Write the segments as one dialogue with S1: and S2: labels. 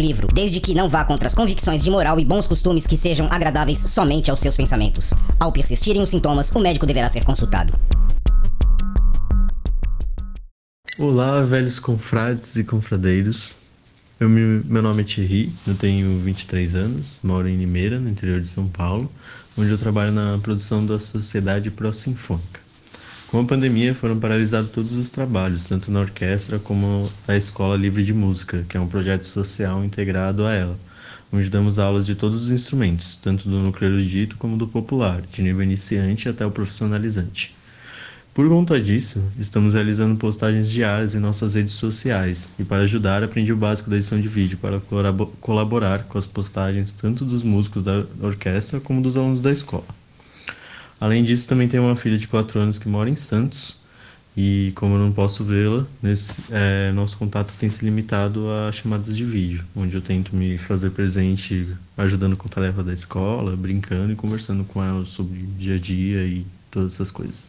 S1: livro, desde que não vá contra as convicções de moral e bons costumes que sejam agradáveis somente aos seus pensamentos. Ao persistirem os sintomas, o médico deverá ser consultado.
S2: Olá, velhos confrades e confradeiros. Eu me, meu nome é Thierry, eu tenho 23 anos, moro em Limeira, no interior de São Paulo, onde eu trabalho na produção da Sociedade Pró-Sinfônica. Com a pandemia foram paralisados todos os trabalhos, tanto na orquestra como na Escola Livre de Música, que é um projeto social integrado a ela, onde damos aulas de todos os instrumentos, tanto do núcleo erudito como do popular, de nível iniciante até o profissionalizante. Por conta disso, estamos realizando postagens diárias em nossas redes sociais e para ajudar aprendi o básico da edição de vídeo para colaborar com as postagens tanto dos músicos da orquestra como dos alunos da escola. Além disso, também tenho uma filha de 4 anos que mora em Santos e como eu não posso vê-la, é, nosso contato tem se limitado a chamadas de vídeo, onde eu tento me fazer presente ajudando com tarefa da escola, brincando e conversando com ela sobre dia a dia e todas essas coisas.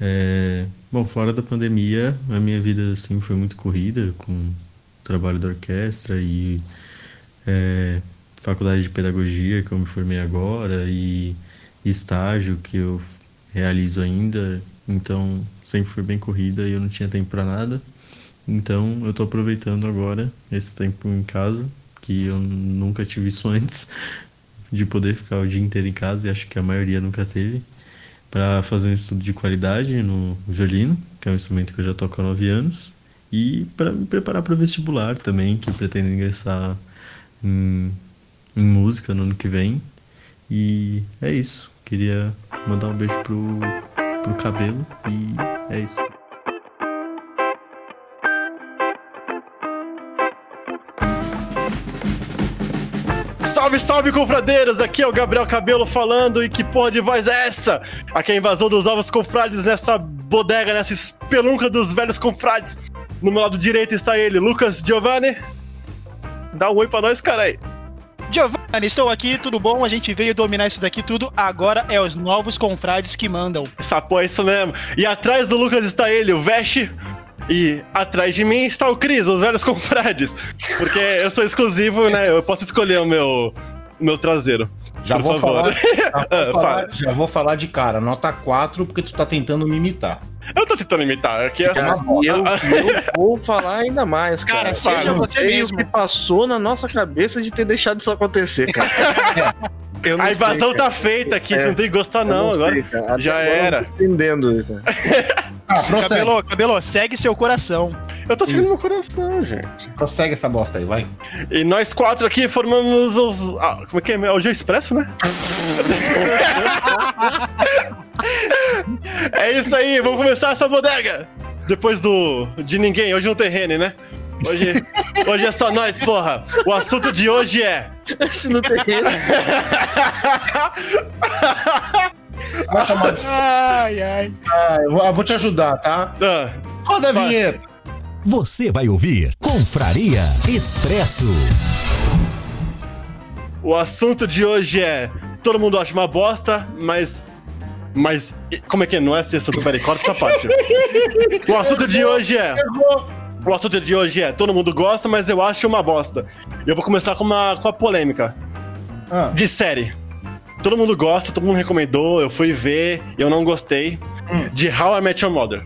S2: É, bom, fora da pandemia, a minha vida sempre foi muito corrida, com o trabalho da orquestra e é, faculdade de pedagogia que eu me formei agora e estágio que eu realizo ainda. Então, sempre foi bem corrida e eu não tinha tempo para nada. Então, eu estou aproveitando agora esse tempo em casa, que eu nunca tive isso antes, de poder ficar o dia inteiro em casa e acho que a maioria nunca teve para fazer um estudo de qualidade no violino, que é um instrumento que eu já toco há 9 anos, e para me preparar para o vestibular também, que pretendo ingressar em, em, um, música no ano que vem. E é isso. Queria mandar um beijo pro, pro cabelo e é isso.
S3: Salve, salve, confradeiros! Aqui é o Gabriel Cabelo falando e que porra de voz é essa? Aqui é a invasão dos novos confrades nessa bodega, nessa espelunca dos velhos confrades. No meu lado direito está ele, Lucas Giovanni. Dá um oi pra nós, cara aí.
S4: Giovanni, estou aqui, tudo bom? A gente veio dominar isso daqui tudo, agora é os novos confrades que mandam.
S3: Essa porra é isso mesmo. E atrás do Lucas está ele, o Veste. E atrás de mim está o Cris, os velhos confrades. Porque eu sou exclusivo, né? Eu posso escolher o meu, o meu traseiro.
S5: Já vou, falar, já, vou falar, já vou, falar, de cara, nota 4, porque tu tá tentando me imitar.
S3: Eu tô tentando imitar, aqui é
S5: cara, eu, eu vou falar ainda mais, cara.
S4: Cara, seja
S5: Não
S4: você
S5: sei
S4: mesmo.
S5: o que passou na nossa cabeça de ter deixado isso acontecer, cara. Eu não
S3: A invasão
S5: sei,
S3: tá
S5: cara.
S3: feita aqui,
S5: É,
S3: você não tem que gostar,
S5: Eu
S3: não.
S5: sei,
S3: agora
S5: cara. Até
S3: já
S5: agora eu não
S3: era.
S5: tô Entendendo, cara.
S4: Ah,
S5: prossegue.
S4: Cabelo, cabelo, segue seu coração.
S3: Eu tô seguindo meu coração, gente.
S5: Prossegue essa bosta aí, vai.
S3: E nós quatro aqui formamos os. ah, como é que é? É o Geo Expresso, né? é isso aí, vamos começar essa bodega! Depois do. de ninguém, hoje não tem Rene, né? Hoje, hoje é só nós, porra! O assunto de hoje é.
S5: Se não tem
S4: Ai, ai.
S5: Ah, eu vou- eu vou te ajudar, tá?
S3: Ah,
S5: Roda a
S3: Vai.
S5: vinheta.
S6: Você vai ouvir Confraria Expresso.
S3: O assunto de hoje é. Todo mundo acha uma bosta, mas. Mas. Como é que é? Não é ser sobre. Peraí, corta essa parte. O assunto de hoje é. O assunto de hoje é: todo mundo gosta, mas eu acho uma bosta. E eu vou começar com uma, com uma polêmica.
S5: Ah.
S3: De série. Todo mundo gosta, todo mundo recomendou, eu fui ver, eu não gostei. De How I Met Your Mother.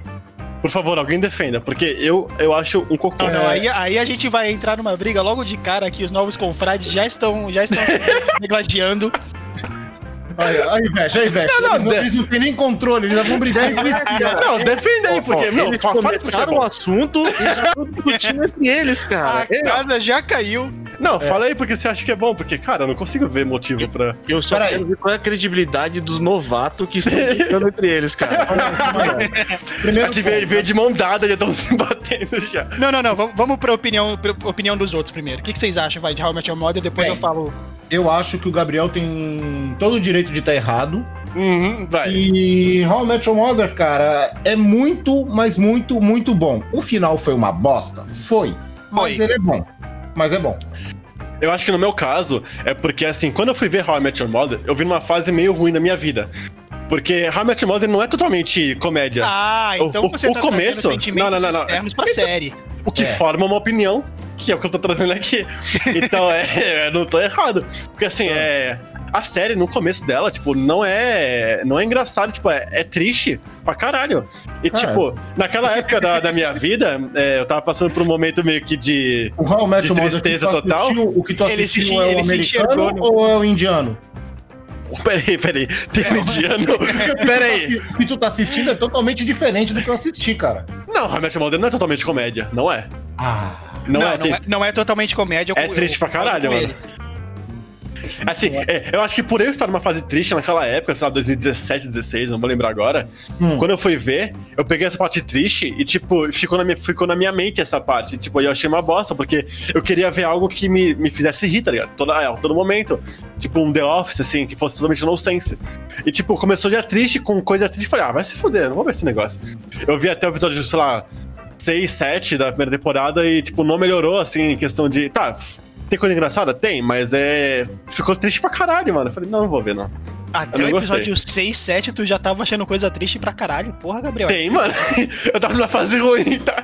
S3: Por favor, alguém defenda, porque eu, eu acho um cocô.
S4: Não, não, aí, aí a gente vai entrar numa briga logo de cara aqui. Os novos confrades já estão, já estão se gladiando.
S5: Olha, Olha, inveja, olha, inveja.
S3: Não, não,
S5: Eles não,
S3: desce.
S5: eles não têm nem controle, eles já vão brigar entre eles.
S3: Não, defenda aí, porque.
S5: Ó,
S3: não,
S5: eles
S3: fa- fala que você é
S5: começaram
S3: bom. Ah,
S5: o assunto e já estão discutindo entre eles, cara.
S4: a casa já caiu.
S3: Não, fala aí porque você acha que é bom, porque, cara, eu não consigo ver motivo pra.
S7: Eu só
S5: Peraí.
S7: quero ver qual é a credibilidade dos novatos que estão brigando entre eles, cara.
S3: Primeiro Ativei ver de mão dada, já estão se batendo já.
S4: Não, não, não. Vamos, vamos pra opinião, pra opinião dos outros primeiro. O que, que vocês acham, vai, de How I Met Your Mother? Depois
S5: Bem.
S4: eu falo.
S5: Eu acho que o Gabriel tem todo o direito de estar errado.
S3: Uhum,
S4: É.
S3: vai.
S5: E How I Met Your Mother, cara, é muito, mas muito, muito bom. O final foi uma bosta? Foi. Mas
S4: Foi.
S5: ele é bom. Mas é bom.
S3: Eu acho que no meu caso, é porque assim, quando eu fui ver How I Met Your Mother, eu vi numa fase meio ruim na minha vida. Porque How I Met Your Mother não é totalmente comédia.
S4: Ah, então
S3: O- o-
S4: você
S3: o
S4: tá trazendo
S3: começo?
S4: sentimentos
S3: Não, não, não, não.
S4: externos pra
S3: Isso-
S4: série.
S3: O que
S5: É.
S3: forma uma opinião, que é o que eu tô trazendo aqui. Então, é, eu não tô errado. Porque assim, é. A série, no começo dela, tipo, não é. Não é engraçado, tipo, é, é triste pra caralho. E,
S5: Caralho.
S3: tipo, naquela época da, da minha vida, é, eu tava passando por um momento meio que de.
S5: O How I Met
S3: De
S5: Your Mother que tu
S3: tristeza total?
S5: assistiu, o que tu
S4: Ele
S5: assistiu
S4: se-
S5: é o
S4: ele se enxergou
S5: americano
S4: no-
S5: ou é o indiano?
S3: Peraí, peraí. Tem um indiano. Peraí.
S5: O que tu tá assistindo é totalmente diferente do que eu assisti, cara.
S3: Não, How I Met Your Mother não é totalmente comédia. Não é.
S5: Ah,
S3: Não, é,
S4: não,
S3: tem-
S4: é, não é totalmente comédia. eu-
S3: É
S4: eu-
S3: triste pra
S4: eu-
S3: caralho,
S4: eu-
S3: mano. Assim, é, eu acho que por eu estar numa fase triste naquela época, sei lá, 2017, 16, não vou lembrar agora. Quando eu fui ver, eu peguei essa parte triste e, tipo, ficou na minha, ficou na minha mente essa parte. Tipo, eu achei uma bosta, porque eu queria ver algo que me, me fizesse rir, tá ligado? Todo, é, todo momento. Tipo, um The Office, assim, que fosse totalmente nonsense. E, tipo, começou já triste com coisa triste. Falei, ah, vai se fuder, não vou ver esse negócio. Eu vi até o episódio, sei lá, 6, 7 da primeira temporada e, tipo, não melhorou, assim, em questão de. Tá, f- tem coisa engraçada? Tem, mas é. Ficou triste pra caralho, mano. Eu falei, não, não vou ver, não.
S4: Até
S3: Eu
S4: o
S3: não gostei.
S4: episódio 6, 7, tu já tava achando coisa triste pra caralho. Porra, Gabriel.
S3: Tem, mano. Eu tava numa fase ruim, tá?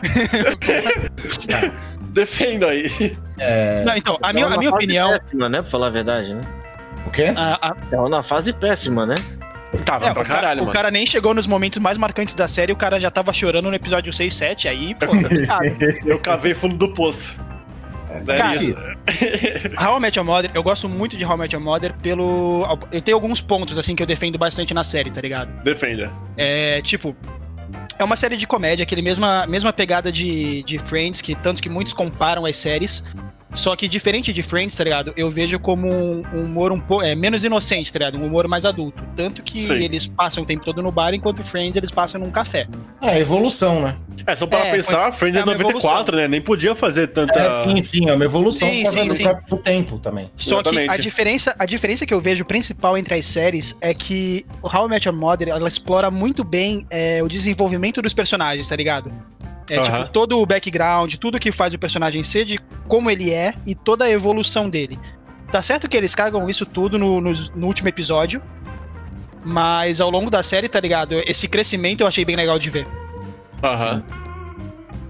S3: Defendo aí.
S5: é.
S4: Não, então, a minha, a minha opinião.
S7: Péssima, né? Pra falar a verdade, né?
S5: O quê?
S4: a- a-
S5: É
S7: Tava na fase péssima, né?
S3: Tava
S4: é,
S3: pra
S4: o, cara,
S3: caralho,
S4: o
S3: mano.
S4: cara nem chegou nos momentos mais marcantes da série, o cara já tava chorando no episódio 6, 7, aí, pô, tá
S3: Eu cavei fundo do poço. É
S4: Cara,
S3: isso.
S4: How I Met Your Mother, eu gosto muito de How I Met Your Mother pelo... Eu tenho alguns pontos, assim, que eu defendo bastante na série, tá ligado?
S3: Defenda.
S4: É, tipo... É uma série de comédia, aquele mesma, mesma pegada de, de Friends, que tanto que muitos comparam as séries. Só que diferente de Friends, tá ligado? Eu vejo como um, um humor um pouco... É, menos inocente, tá ligado? Um humor mais adulto. Tanto que
S3: Sim.
S4: eles passam o tempo todo no bar, enquanto Friends eles passam num café.
S5: É, evolução, né?
S3: É, só pra
S4: É,
S3: pensar, Friends é
S4: é uma
S3: 94, né? Nem podia fazer tanta.
S5: É, sim, sim, é uma evolução
S4: Sim,
S5: por causa
S4: sim,
S5: do
S4: sim.
S5: próprio tempo também.
S4: Só que a
S3: Exatamente.
S4: diferença, a diferença que eu vejo principal entre as séries é que o How I Met Your Mother ela explora muito bem é, o desenvolvimento dos personagens, tá ligado? É,
S3: Aham.
S4: tipo, todo o background, tudo que faz o personagem ser de como ele é e toda a evolução dele. Tá certo que eles cagam isso tudo no, nos- no último episódio, mas ao longo da série, tá ligado? Esse crescimento eu achei bem legal de ver.
S3: Aham.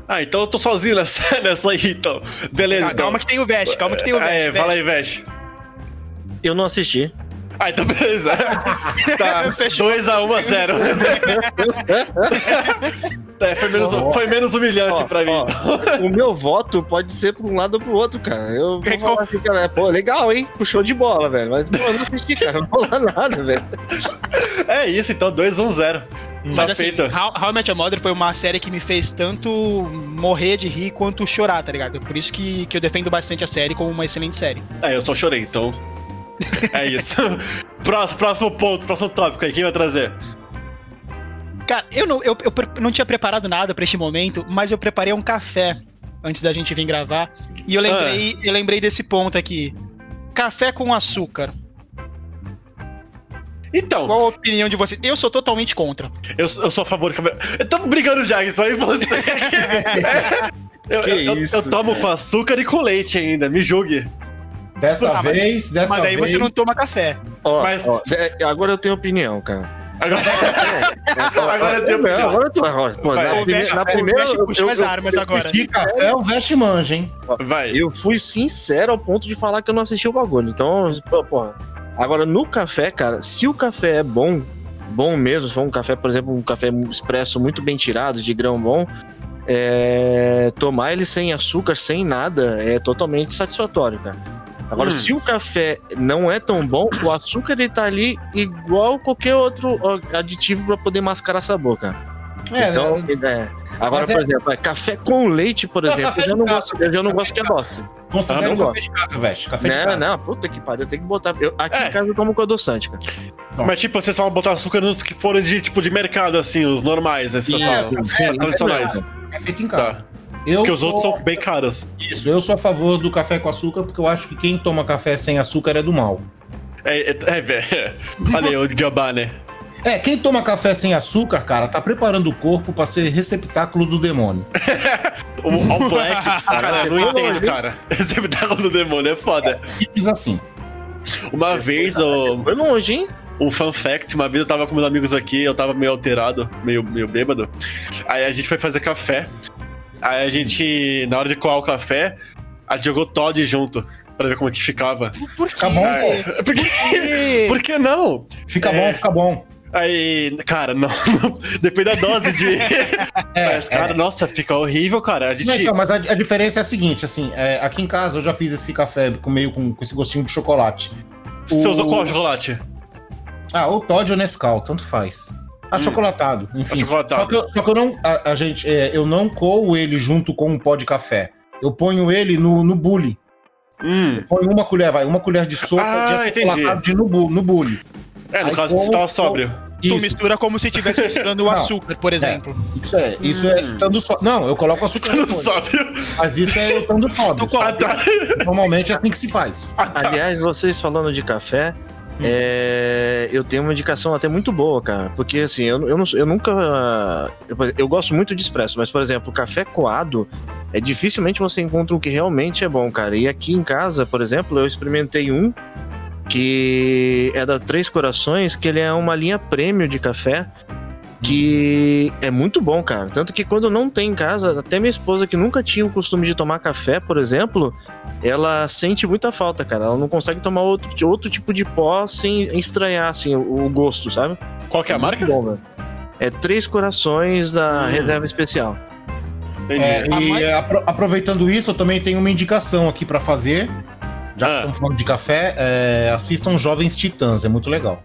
S3: Ah, então eu tô sozinho nessa, nessa aí, então. Beleza,
S4: Ah,
S3: então.
S4: calma que tem o Vest, calma que tem o Vest.
S3: Ah, é,
S4: Vest.
S3: fala aí, Vesh.
S7: Eu não assisti.
S3: Ah, então beleza. tá,
S4: Fechou.
S3: 2x1 a 0. É, foi, menos, foi menos humilhante pra mim.
S7: O meu voto pode ser pra um lado ou pro outro, cara. Eu vou falar assim, cara, pô, legal, hein? Puxou de bola, velho. Mas, pô, eu não assisti, cara. Não vou falar nada, velho.
S3: É isso, então, 2x1-0. Tá
S4: Mas assim,
S3: feito.
S4: How, How I Met Your Mother foi uma série que me fez tanto morrer de rir quanto chorar, tá ligado? Por isso que, que eu defendo bastante a série como uma excelente série.
S3: É, eu só chorei, então. É isso. próximo, próximo ponto, próximo tópico aí, quem vai trazer?
S4: Cara, eu não, eu, eu pre- não tinha preparado nada pra este momento, mas eu preparei um café antes da gente vir gravar. E eu lembrei, eu lembrei desse ponto aqui. Café com açúcar.
S3: Então,
S4: Qual a opinião de vocês? Eu sou totalmente contra.
S3: eu, eu sou a favor do cabelo. Estamos brigando já, isso aí você. Eu,
S7: Que
S3: eu- eu-
S7: isso,
S3: eu tomo com açúcar e com leite ainda, me julgue.
S5: Dessa
S4: Ah, mas-
S5: vez, dessa
S4: mas daí
S5: vez.
S4: você não toma café.
S7: Ó,
S3: Mas-
S7: ó, é, agora eu tenho opinião, cara.
S3: Agora, agora deu
S7: Não,
S3: melhor.
S7: agora eu tô. Agora, pô,
S3: Vai,
S7: na,
S3: o
S7: prime-
S4: Vest-
S7: É, na
S4: o
S7: primeira.
S4: Vest
S7: eu-
S4: puxou
S7: eu-
S4: as
S7: eu-
S4: armas tá agora.
S5: De café, o veste manja, hein?
S3: Vai.
S7: Eu fui sincero ao ponto de falar que eu não assisti o bagulho. Então, pô, porra. Agora, no café, cara, se o café é bom, bom mesmo, se for um café, por exemplo, um café expresso muito bem tirado, de grão bom, é, tomar ele sem açúcar, sem nada, é totalmente satisfatório, cara. Agora,
S3: Hum.
S7: se o café não é tão bom, o açúcar ele tá ali igual qualquer outro ó, aditivo pra poder mascarar essa boca.
S5: É,
S7: então,
S5: né?
S7: é. Agora,
S5: Mas é-
S7: por exemplo, é café com leite, por
S5: Não,
S7: exemplo,
S5: café
S7: eu já
S5: de
S7: não
S5: casa,
S7: gosto, eu já não
S5: café
S7: gosto que
S5: de
S7: é bosta.
S5: Considera
S7: Ah,
S5: um
S7: não
S5: café de casa, veste. Café de
S7: Não,
S5: casa.
S7: não, puta que pariu, eu tenho que botar. eu- aqui
S3: É.
S7: em casa eu como com adoçante, cara.
S3: Mas tipo, vocês falam botar açúcar nos que foram de tipo de mercado, assim, os normais, né? Vocês
S7: Isso,
S3: falam,
S5: sim, é
S3: tradicionais.
S5: É feito em
S3: Tá.
S5: casa. Eu
S3: Porque os
S5: sou-
S3: outros são bem caros.
S5: Isso, eu sou a favor do café com açúcar, porque eu acho que quem toma café sem açúcar é do mal.
S3: É, é, é, velho. Olha aí, o gabá, né?
S5: É, quem toma café sem açúcar, cara, tá preparando o corpo pra ser receptáculo do demônio.
S3: O All Black, cara, eu não
S7: Falou,
S3: entendo,
S7: viu?
S3: cara. Esse epitáculo do demônio é foda.
S5: Simples assim.
S3: Uma vez,
S5: tá
S3: o,
S7: Foi longe, hein?
S3: um fun fact, uma vez eu tava com meus amigos aqui, eu tava meio alterado, meio, meio bêbado. Aí a gente foi fazer café. Aí a gente, na hora de coar o café, a gente jogou Todd junto, pra ver como é que ficava.
S4: Por
S7: tá
S5: Fica bom, pô.
S3: Por que, por que não?
S5: Fica
S3: É.
S5: bom, fica bom.
S3: Aí, cara, não, não- depende da dose de.
S5: É,
S3: Mas, cara, nossa, fica horrível, cara. A gente.
S5: Não, então, mas a, a diferença é a seguinte, assim, é, aqui em casa eu já fiz esse café com meio com, com esse gostinho de chocolate.
S3: Você
S5: o-
S3: usou qual chocolate?
S5: Ah, ou Todd ou Nescau, tanto faz. Achocolatado, enfim.
S3: Achocolatado.
S5: Só que eu, só que eu não, a, a gente, é, eu não coo ele junto com um pó de café. Eu ponho ele no, no bule.
S3: Hum.
S5: Põe uma colher, vai, uma colher de sopa
S3: Ah,
S5: de achocolatado
S3: entendi.
S5: de no, bu- no bule.
S3: É, no
S5: Aí
S3: caso, você
S5: como-
S3: tava sóbrio.
S4: Tu
S5: Isso,
S4: mistura como se estivesse misturando o
S5: Não.
S4: açúcar, por exemplo.
S5: isso é, isso é estando só. Não, eu coloco açúcar
S3: Tá no
S5: no molho,
S3: sóbrio.
S5: mas isso é eu estando
S4: Tu
S5: sóbrio.
S4: coloca-
S3: Ah, tá.
S5: Normalmente é assim que se faz.
S7: Aliás, vocês falando de café, é, eu tenho uma indicação até muito boa, cara. Porque assim, eu, eu, não- eu nunca. Eu, eu gosto muito de expresso, mas, por exemplo, café coado é dificilmente você encontra um que realmente é bom, cara. E aqui em casa, por exemplo, eu experimentei um que é da Três Corações, que ele é uma linha prêmio de café. Que é muito bom, cara. Tanto que quando não tem em casa, até minha esposa que nunca tinha o costume de tomar café, por exemplo, ela sente muita falta, cara. Ela não consegue tomar outro, outro tipo de pó sem estranhar, assim, o, o gosto, sabe?
S3: Qual que é a marca?
S7: Muito bom, velho. É Três Corações da
S3: Hum.
S7: Reserva Especial.
S3: Entendi.
S5: É,
S4: A
S5: e
S4: mais-
S5: é, apro- aproveitando isso, eu também tenho uma indicação aqui pra fazer. Já que
S3: Ah.
S5: estamos falando de café, é, assistam Jovens Titãs, é muito legal.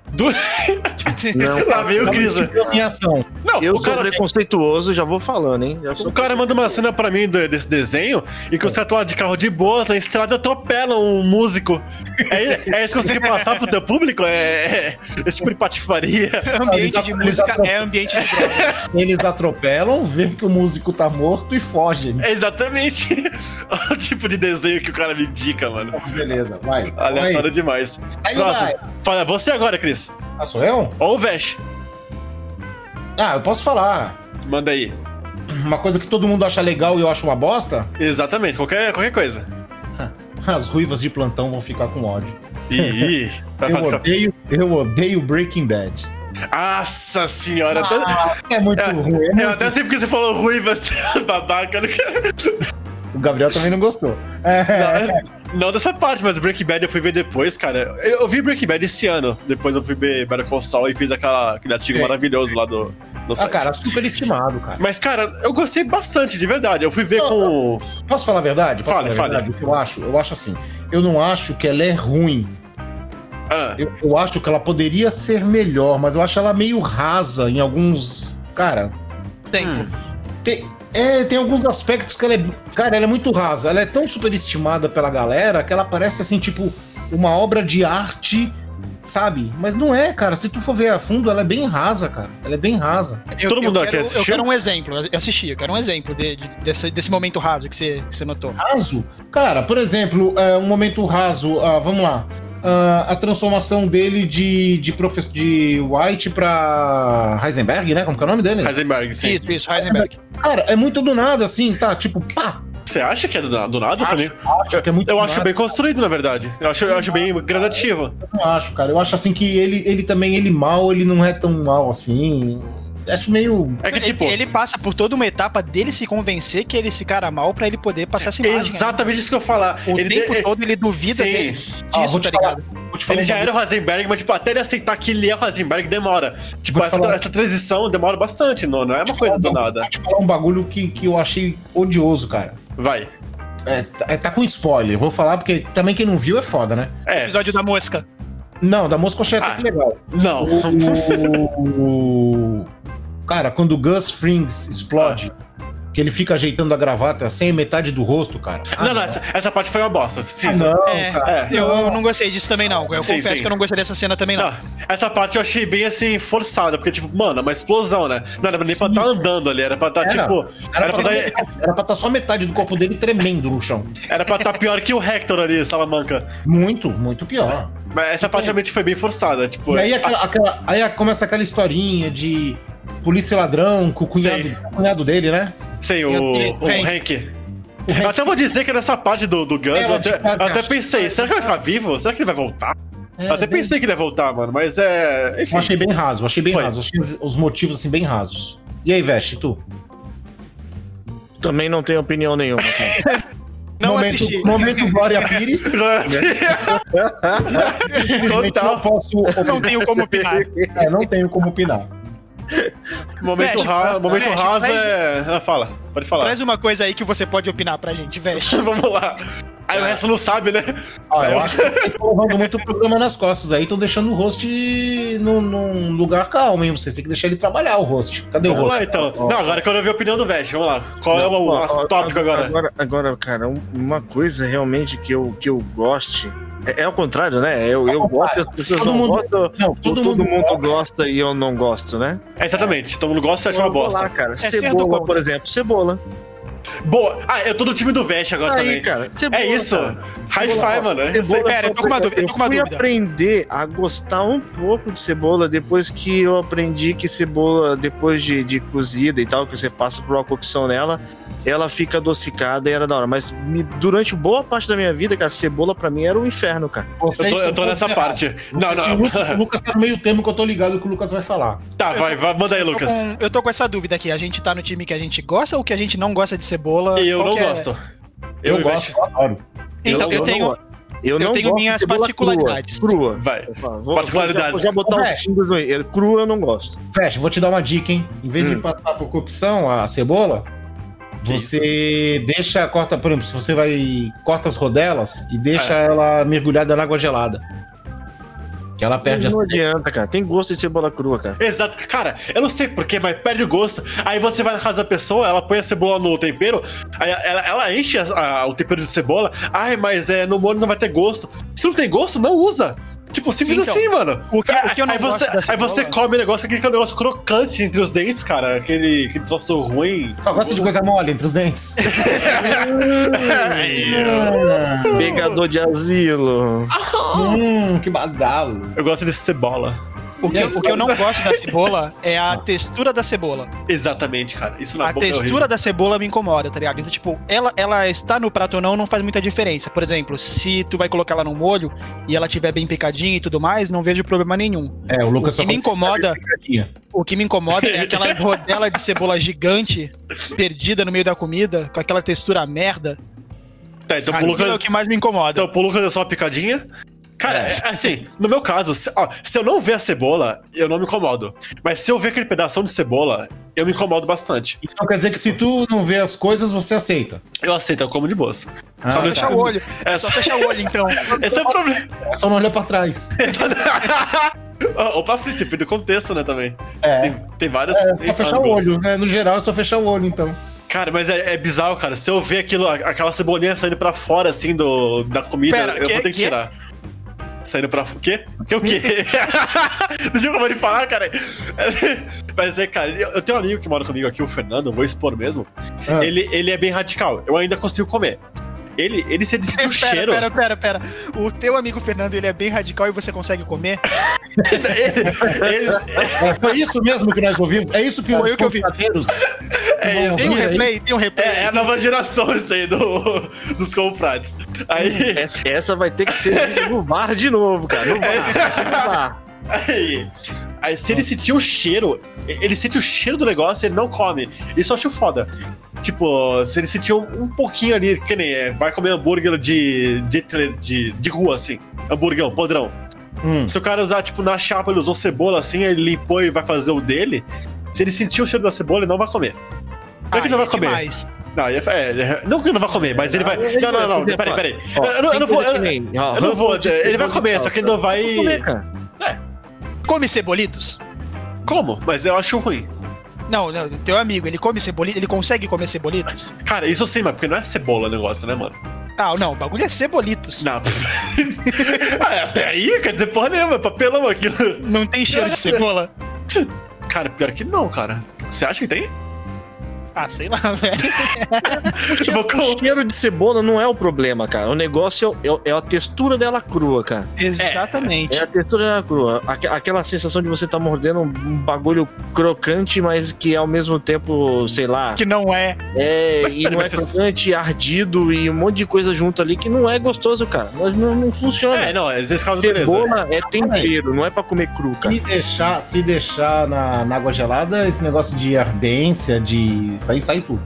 S7: Não,
S3: Lá veio o Cris. né?
S5: Titãs em ação.
S3: Não,
S7: eu
S3: o
S7: sou
S3: cara.
S7: preconceituoso, já vou falando, hein? Já sou
S3: O cara manda uma cena pra mim do- desse desenho e que você atua de carro de boa, na estrada atropela um músico. É, é isso que você quer passar pro teu público? É, é esse tipo de patifaria.
S4: É Ambiente de
S5: Ele tá-
S4: música
S5: ele tá-
S4: é ambiente de droga.
S5: Eles atropelam, vê que o músico tá morto e fogem.
S3: É exatamente o tipo de desenho que o cara me indica, mano.
S5: Beleza, vai.
S3: Aleatório demais.
S5: Aí
S3: Próximo. Fala você agora, Cris.
S5: Ah, sou eu?
S3: Ou o Vesh.
S5: Ah, eu posso falar.
S3: Manda aí.
S5: Uma coisa que todo mundo acha legal e eu acho uma bosta,
S3: Exatamente, qualquer, qualquer coisa.
S5: as ruivas de plantão vão ficar com ódio.
S3: Ih, vai
S5: Eu
S3: falar.
S5: odeio, eu odeio Breaking Bad.
S3: Nossa senhora. até-
S5: É muito ruim. é
S3: eu
S5: muito-
S3: até sei porque você falou ruim, você é babaca. eu Não, quero-
S5: O Gabriel também não gostou. É.
S3: não, não dessa parte, mas Breaking Bad eu fui ver depois, cara. Eu, eu vi Breaking Bad esse ano. Depois eu fui ver Better Call Saul e fiz aquela, aquele artigo
S5: Sim.
S3: maravilhoso lá do. do
S5: Ah,
S3: site.
S5: cara, super estimado, cara.
S3: Mas, cara, eu gostei bastante, de verdade. Eu fui ver
S5: Não,
S3: com.
S5: Posso falar a verdade? Posso
S3: Fale,
S5: falar a
S3: fale.
S5: verdade? O que eu acho? Eu acho assim. Eu não acho que ela é ruim.
S3: Ah,
S5: Eu, eu acho que ela poderia ser melhor, mas eu acho ela meio rasa em alguns. Cara,
S3: Hum.
S4: Tempo.
S5: tem, é, tem alguns aspectos que ela é. Cara, ela é muito rasa. Ela é tão superestimada pela galera que ela parece assim, tipo, uma obra de arte, sabe? Mas não é, cara. Se tu for ver a fundo, ela é bem rasa, cara. Ela é bem rasa.
S4: Eu,
S3: Todo mundo
S4: eu
S3: aqui
S4: quero,
S3: assistiu?
S4: Eu quero um exemplo. Eu assisti, eu quero um exemplo de- de- desse, desse momento raso que você, que você notou.
S3: Ah,
S5: Raso? Cara, por exemplo, é, um momento raso, ah, vamos lá. Ah, a transformação dele de, de, profe- de White pra Heisenberg, né? Como que é o nome dele?
S3: Heisenberg, sim.
S4: Isso, isso, Heisenberg.
S5: Cara, é muito do nada, assim, tá? Tipo, pá!
S3: Você acha que é do, na- do nada? pra mim?
S5: Acho que é muito
S3: Eu
S5: do
S3: acho
S5: nada,
S3: bem construído, na verdade. Eu acho, eu acho bem gradativo.
S5: eu não acho, cara. Eu acho assim que ele, ele também, ele mal, ele não é tão mal assim. Acho meio.
S3: É que, tipo.
S4: ele, ele passa por toda uma etapa dele se convencer que ele é esse cara mal pra ele poder passar essa imagem. né?
S3: Exatamente isso que eu ia falar.
S4: O
S3: ele
S4: tempo
S3: de-
S4: todo ele duvida
S3: Sim.
S4: dele
S5: Ah,
S4: disso,
S5: vou te
S4: tá
S5: falar.
S4: ligado?
S5: Vou te falar
S3: Ele
S5: um
S3: já
S5: bagulho.
S3: era o é Heisenberg, mas tipo, até ele aceitar que ele é o Heisenberg demora. Tipo,
S5: Vou te
S3: essa,
S5: falar- um
S3: essa transição demora bastante, não, não é uma coisa do nada.
S5: Vou te falar um bagulho que, que eu achei odioso, cara.
S4: um.
S3: Vai.
S5: É, tá- é, tá com spoiler, vou falar, porque também quem não viu é foda, né?
S3: É,
S4: Episódio da mosca.
S5: é Não, da Moscocheta,
S4: um.
S3: Ah.
S5: que legal.
S3: não.
S5: O... o- Cara, quando o Gus Frings explode, que ele fica ajeitando a gravata sem metade do rosto, cara. Ah,
S3: não, não, essa, essa parte foi uma bosta. Sim,
S5: Ah, não,
S4: É,
S3: É,
S5: cara.
S4: Eu, eu não gostei disso também, não. Eu
S3: Sim,
S4: confesso
S3: sim.
S4: que eu não gostei dessa cena também, não.
S3: Não, essa parte eu achei bem assim, forçada, porque, tipo, mano, é uma explosão, né? Não era nem pra estar andando ali, era pra estar,
S5: Era.
S3: tipo. Era
S5: Era pra,
S3: pra
S5: ter-
S3: estar
S5: era pra estar só metade do corpo dele tremendo no chão.
S3: era pra tá pior que o Hector ali, Salamanca.
S5: Muito, muito pior.
S3: Mas essa parte realmente foi bem forçada, tipo.
S5: E aí, aquela- aquela- aí começa aquela historinha de polícia e ladrão com o cunhado,
S3: Sei.
S5: o cunhado dele, né?
S3: Sem o,
S4: E-
S3: o
S4: Hank.
S3: Hank. Eu até vou dizer que nessa parte do, do Guns,
S5: É,
S3: eu até,
S5: ela de-
S3: eu até pensei, será que ele vai ficar vivo? Será que ele vai voltar? eu até
S5: bem-
S3: pensei que ele ia voltar, mano, mas é. Enfim.
S5: É, né? Eu achei bem raso, achei bem
S3: Foi.
S5: raso. Achei os, os motivos assim bem rasos. E aí, Veste, tu?
S7: Também não tenho opinião nenhuma. cara.
S4: Não
S5: momento,
S4: assisti.
S5: Momento Glória Pires. Infelizmente,
S3: Né? Total.
S5: Não posso opinar.
S4: Não tenho como opinar.
S5: É, não tenho como opinar.
S3: momento
S4: Mexe,
S3: ra momento
S4: mexe,
S3: raso
S4: mexe.
S3: é. Ah, fala, pode falar.
S4: Traz uma coisa aí que você pode opinar pra gente, velho.
S3: Vamos lá. Aí o resto não sabe, né?
S5: Ah, eu acho que vocês estão levando muito o programa nas costas aí, estão deixando o host num, num lugar calmo, hein? Vocês têm que deixar ele trabalhar o host. Cadê o
S3: Vamos
S5: host?
S3: lá então. Não, agora eu quero ver a opinião do Vest, vamos lá. Qual é o
S7: Ó,
S3: nosso
S7: ó,
S3: tópico agora?
S7: agora? Agora, cara, um- uma coisa realmente que eu, que eu goste. É, é o contrário, né? Eu, eu gosto, as pessoas
S5: Todo
S7: não
S5: mundo-
S7: gostam. ou
S5: Não,
S7: Todo, mundo, gosta e eu não gosto, né?
S3: É, exatamente, todo mundo gosta e acha É uma
S7: Vamos
S3: bosta.
S7: lá, cara.
S4: É certo ou
S7: cebola,
S4: contra?
S7: por exemplo. Cebola.
S3: Boa. Ah, eu tô no time do Vest agora
S7: Aí,
S3: também.
S7: cara. Cebola,
S3: É isso.
S7: cara.
S3: High
S7: Cebola,
S3: five,
S7: ó,
S3: mano. Eu
S7: cebola
S3: sei-
S4: Pera, eu tô com uma
S7: foi-
S4: dúvida, eu tô com uma
S7: fui
S4: dúvida.
S7: aprender a gostar um pouco de cebola depois que eu aprendi que cebola, depois de, de cozida e tal, que você passa por uma cocção nela, ela fica adocicada e era da hora. Mas me- durante boa parte da minha vida, cara, cebola pra mim era um inferno, cara.
S3: Eu tô, eu tô nessa parte. Não,
S5: né? O
S3: não.
S5: Lucas, o Lucas tá no meio termo que eu tô ligado que o Lucas vai falar.
S3: Tá, vai, vai, manda aí,
S4: Eu tô
S3: Lucas.
S4: com- eu tô com essa dúvida aqui. A gente tá no time que a gente gosta ou que a gente não gosta de cebola?
S3: Eu
S4: Qual
S3: não
S4: que é?
S3: gosto.
S5: Eu,
S3: e o Vest-
S5: gosto, eu adoro.
S4: Então, eu,
S7: não-
S4: tenho.
S7: não- eu não
S4: tenho
S7: gosto de
S4: minhas
S7: cebola
S4: particularidades.
S7: Crua. crua.
S3: Vai.
S7: Eu falo, Vou,
S3: Particularidades.
S7: Vou já, vou já botar
S5: Ô,
S7: os fingers no. eu- Crua eu não gosto.
S5: Fecha, vou te dar uma dica, hein? Em vez de
S7: Hum.
S5: passar por cocção a cebola, você deixa, corta, por exemplo, se você vai, corta as rodelas e deixa ela mergulhada na água gelada. Que ela perde
S7: não
S5: a
S7: adianta, cara. Tem gosto de cebola crua, cara.
S3: Exato. Cara, eu não sei porquê, mas perde o gosto. Aí você vai na casa da pessoa, ela põe a cebola no tempero, aí ela, ela enche as- a- o tempero de cebola. Ai, mas é, no molho não vai ter gosto. Se não tem gosto, não usa. Tipo, simples
S4: Então,
S3: assim, mano.
S4: O que, o que eu não
S3: aí
S4: gosto
S3: você,
S4: da
S3: aí
S4: cebola-
S3: você come o negócio, aquele é um negócio crocante entre os dentes, cara. Aquele, aquele troço ruim.
S5: Só gosta de coisa mole entre os dentes.
S7: Pegador de asilo.
S5: hum, que badalo.
S3: Eu gosto de cebola.
S4: O que, o que eu não gosto da cebola é a textura da cebola.
S3: Exatamente, cara. Isso na
S4: A
S3: boca é
S4: textura
S3: horrível.
S4: da cebola me incomoda, tá ligado? Então, tipo, ela, ela está no prato ou não, não faz muita diferença. Por exemplo, se tu vai colocar ela no molho e ela tiver bem picadinha e tudo mais, não vejo problema nenhum.
S5: É, o Lucas só
S4: E me
S5: come
S4: incomoda-
S5: picadinha.
S4: O que me incomoda é aquela rodela de cebola gigante, perdida no meio da comida, com aquela textura merda.
S3: Tá, então pro
S4: Aquilo
S3: Lucas,
S4: é o que mais me incomoda.
S3: então, pro Lucas é só uma picadinha. Cara,
S5: É.
S3: é, assim, no meu caso, se, ó, se eu não ver a cebola, eu não me incomodo. Mas se eu ver aquele pedação de cebola, eu me incomodo bastante.
S5: Então quer dizer que se tu não vê as coisas, você aceita.
S3: Eu aceito, eu como de boas.
S5: Ah,
S3: Só
S4: Só
S3: não
S4: fechar o
S3: escudo.
S4: olho.
S3: É
S4: Só
S3: só...
S4: fechar o olho, então.
S3: Esse é o problema.
S5: É só não olhar pra trás.
S3: Ou pra frente, depende do contexto, né, também.
S5: É.
S3: Tem, tem várias...
S5: É
S3: tem
S5: só fechar o
S3: vários gostos.
S5: olho, né? No geral é só fechar o olho, então.
S3: Cara, mas é, é bizarro, cara. Se eu ver aquilo, a- aquela cebolinha saindo pra fora, assim, do, da comida,
S4: Pera,
S3: eu
S4: que-
S3: vou ter que,
S4: que? é?
S3: tirar. Saindo pra fora. O quê? Que o quê? Deixa eu acabar de falar, cara. mas é, cara, eu, eu tenho um amigo que mora comigo aqui, o Fernando, vou expor mesmo.
S5: Ah.
S3: Ele, ele é bem radical. Eu ainda consigo comer. Ele, ele se sentiu o um cheiro.
S4: Pera, pera, pera, pera. O teu amigo Fernando, ele é bem radical e você consegue comer?
S3: Ele-
S5: É, foi isso mesmo que nós ouvimos? É isso que
S4: Foi
S5: os
S4: o que eu vi.
S5: compradeiros
S3: É isso.
S5: vão
S4: Tem um
S5: ouvir aí?
S4: replay, tem um replay.
S3: É, é a nova geração isso aí do, dos confrades. Aí,
S7: Essa- É, Essa vai ter que ser no bar de novo, cara. No bar. vai
S3: É.
S7: ser no bar.
S3: aí, aí se ele sentir o cheiro, ele sente o cheiro do negócio, ele não come. Isso eu acho foda. Tipo, se ele sentir um, um pouquinho ali, que nem é, vai comer hambúrguer de, de, tre- de, de rua, assim. Hamburgão, podrão.
S5: Hum.
S3: Se o cara usar, tipo, na chapa, ele usou cebola assim, aí ele limpou e vai fazer o dele. Se ele sentir o cheiro da cebola, ele não vai comer. Não é que
S4: Ai,
S3: não vai
S4: é
S3: comer.
S4: demais.
S3: Não, ele, é, não que ele não vai comer, mas ele vai. Não, não, não, peraí, peraí. Eu,
S7: Ó,
S3: eu não- eu
S7: tem
S3: não vou.
S7: coisa
S3: Eu,
S7: que nem- ó,
S3: eu não vou.
S7: Ruffles de
S3: Ele vai
S7: cebola
S3: comer,
S7: de
S3: só que ele não
S7: salsa. Vou
S3: vai.
S7: comer, cara.
S4: Come cebolitos?
S3: Como? Mas eu acho ruim.
S4: Não, não, teu amigo, ele come cebolitas, ele consegue comer cebolitas?
S3: Cara, isso eu sei, mas porque não é cebola o negócio, né, mano?
S4: Ah, não, o bagulho é cebolitos.
S3: Não. Ah, é, até aí, quer dizer, porra nenhuma, é papelão aquilo.
S4: Não tem cheiro de cebola?
S3: Cara, pior que não, cara. Você acha que tem?
S4: Ah, sei lá, velho.
S3: Eu vou
S7: O
S3: com-
S7: cheiro de cebola não é o problema, cara. O negócio é, o- é a textura dela crua, cara.
S4: Exatamente.
S7: É a textura dela crua. Aque- Aquela sensação de você tá mordendo um- um bagulho crocante, mas que ao mesmo tempo, sei lá,
S4: Que não é.
S7: é,
S3: Mas
S7: e
S3: peraí,
S7: não é
S3: mas vocês-
S7: crocante, ardido e um monte de coisa junto ali que não é gostoso, cara. Mas não, não funciona.
S3: É, não, às vezes causa beleza.
S7: Cebola é tempero, não é pra comer cru, cara.
S5: Se deixar, se deixar na, na água gelada, esse negócio de ardência, de sair, sai tudo.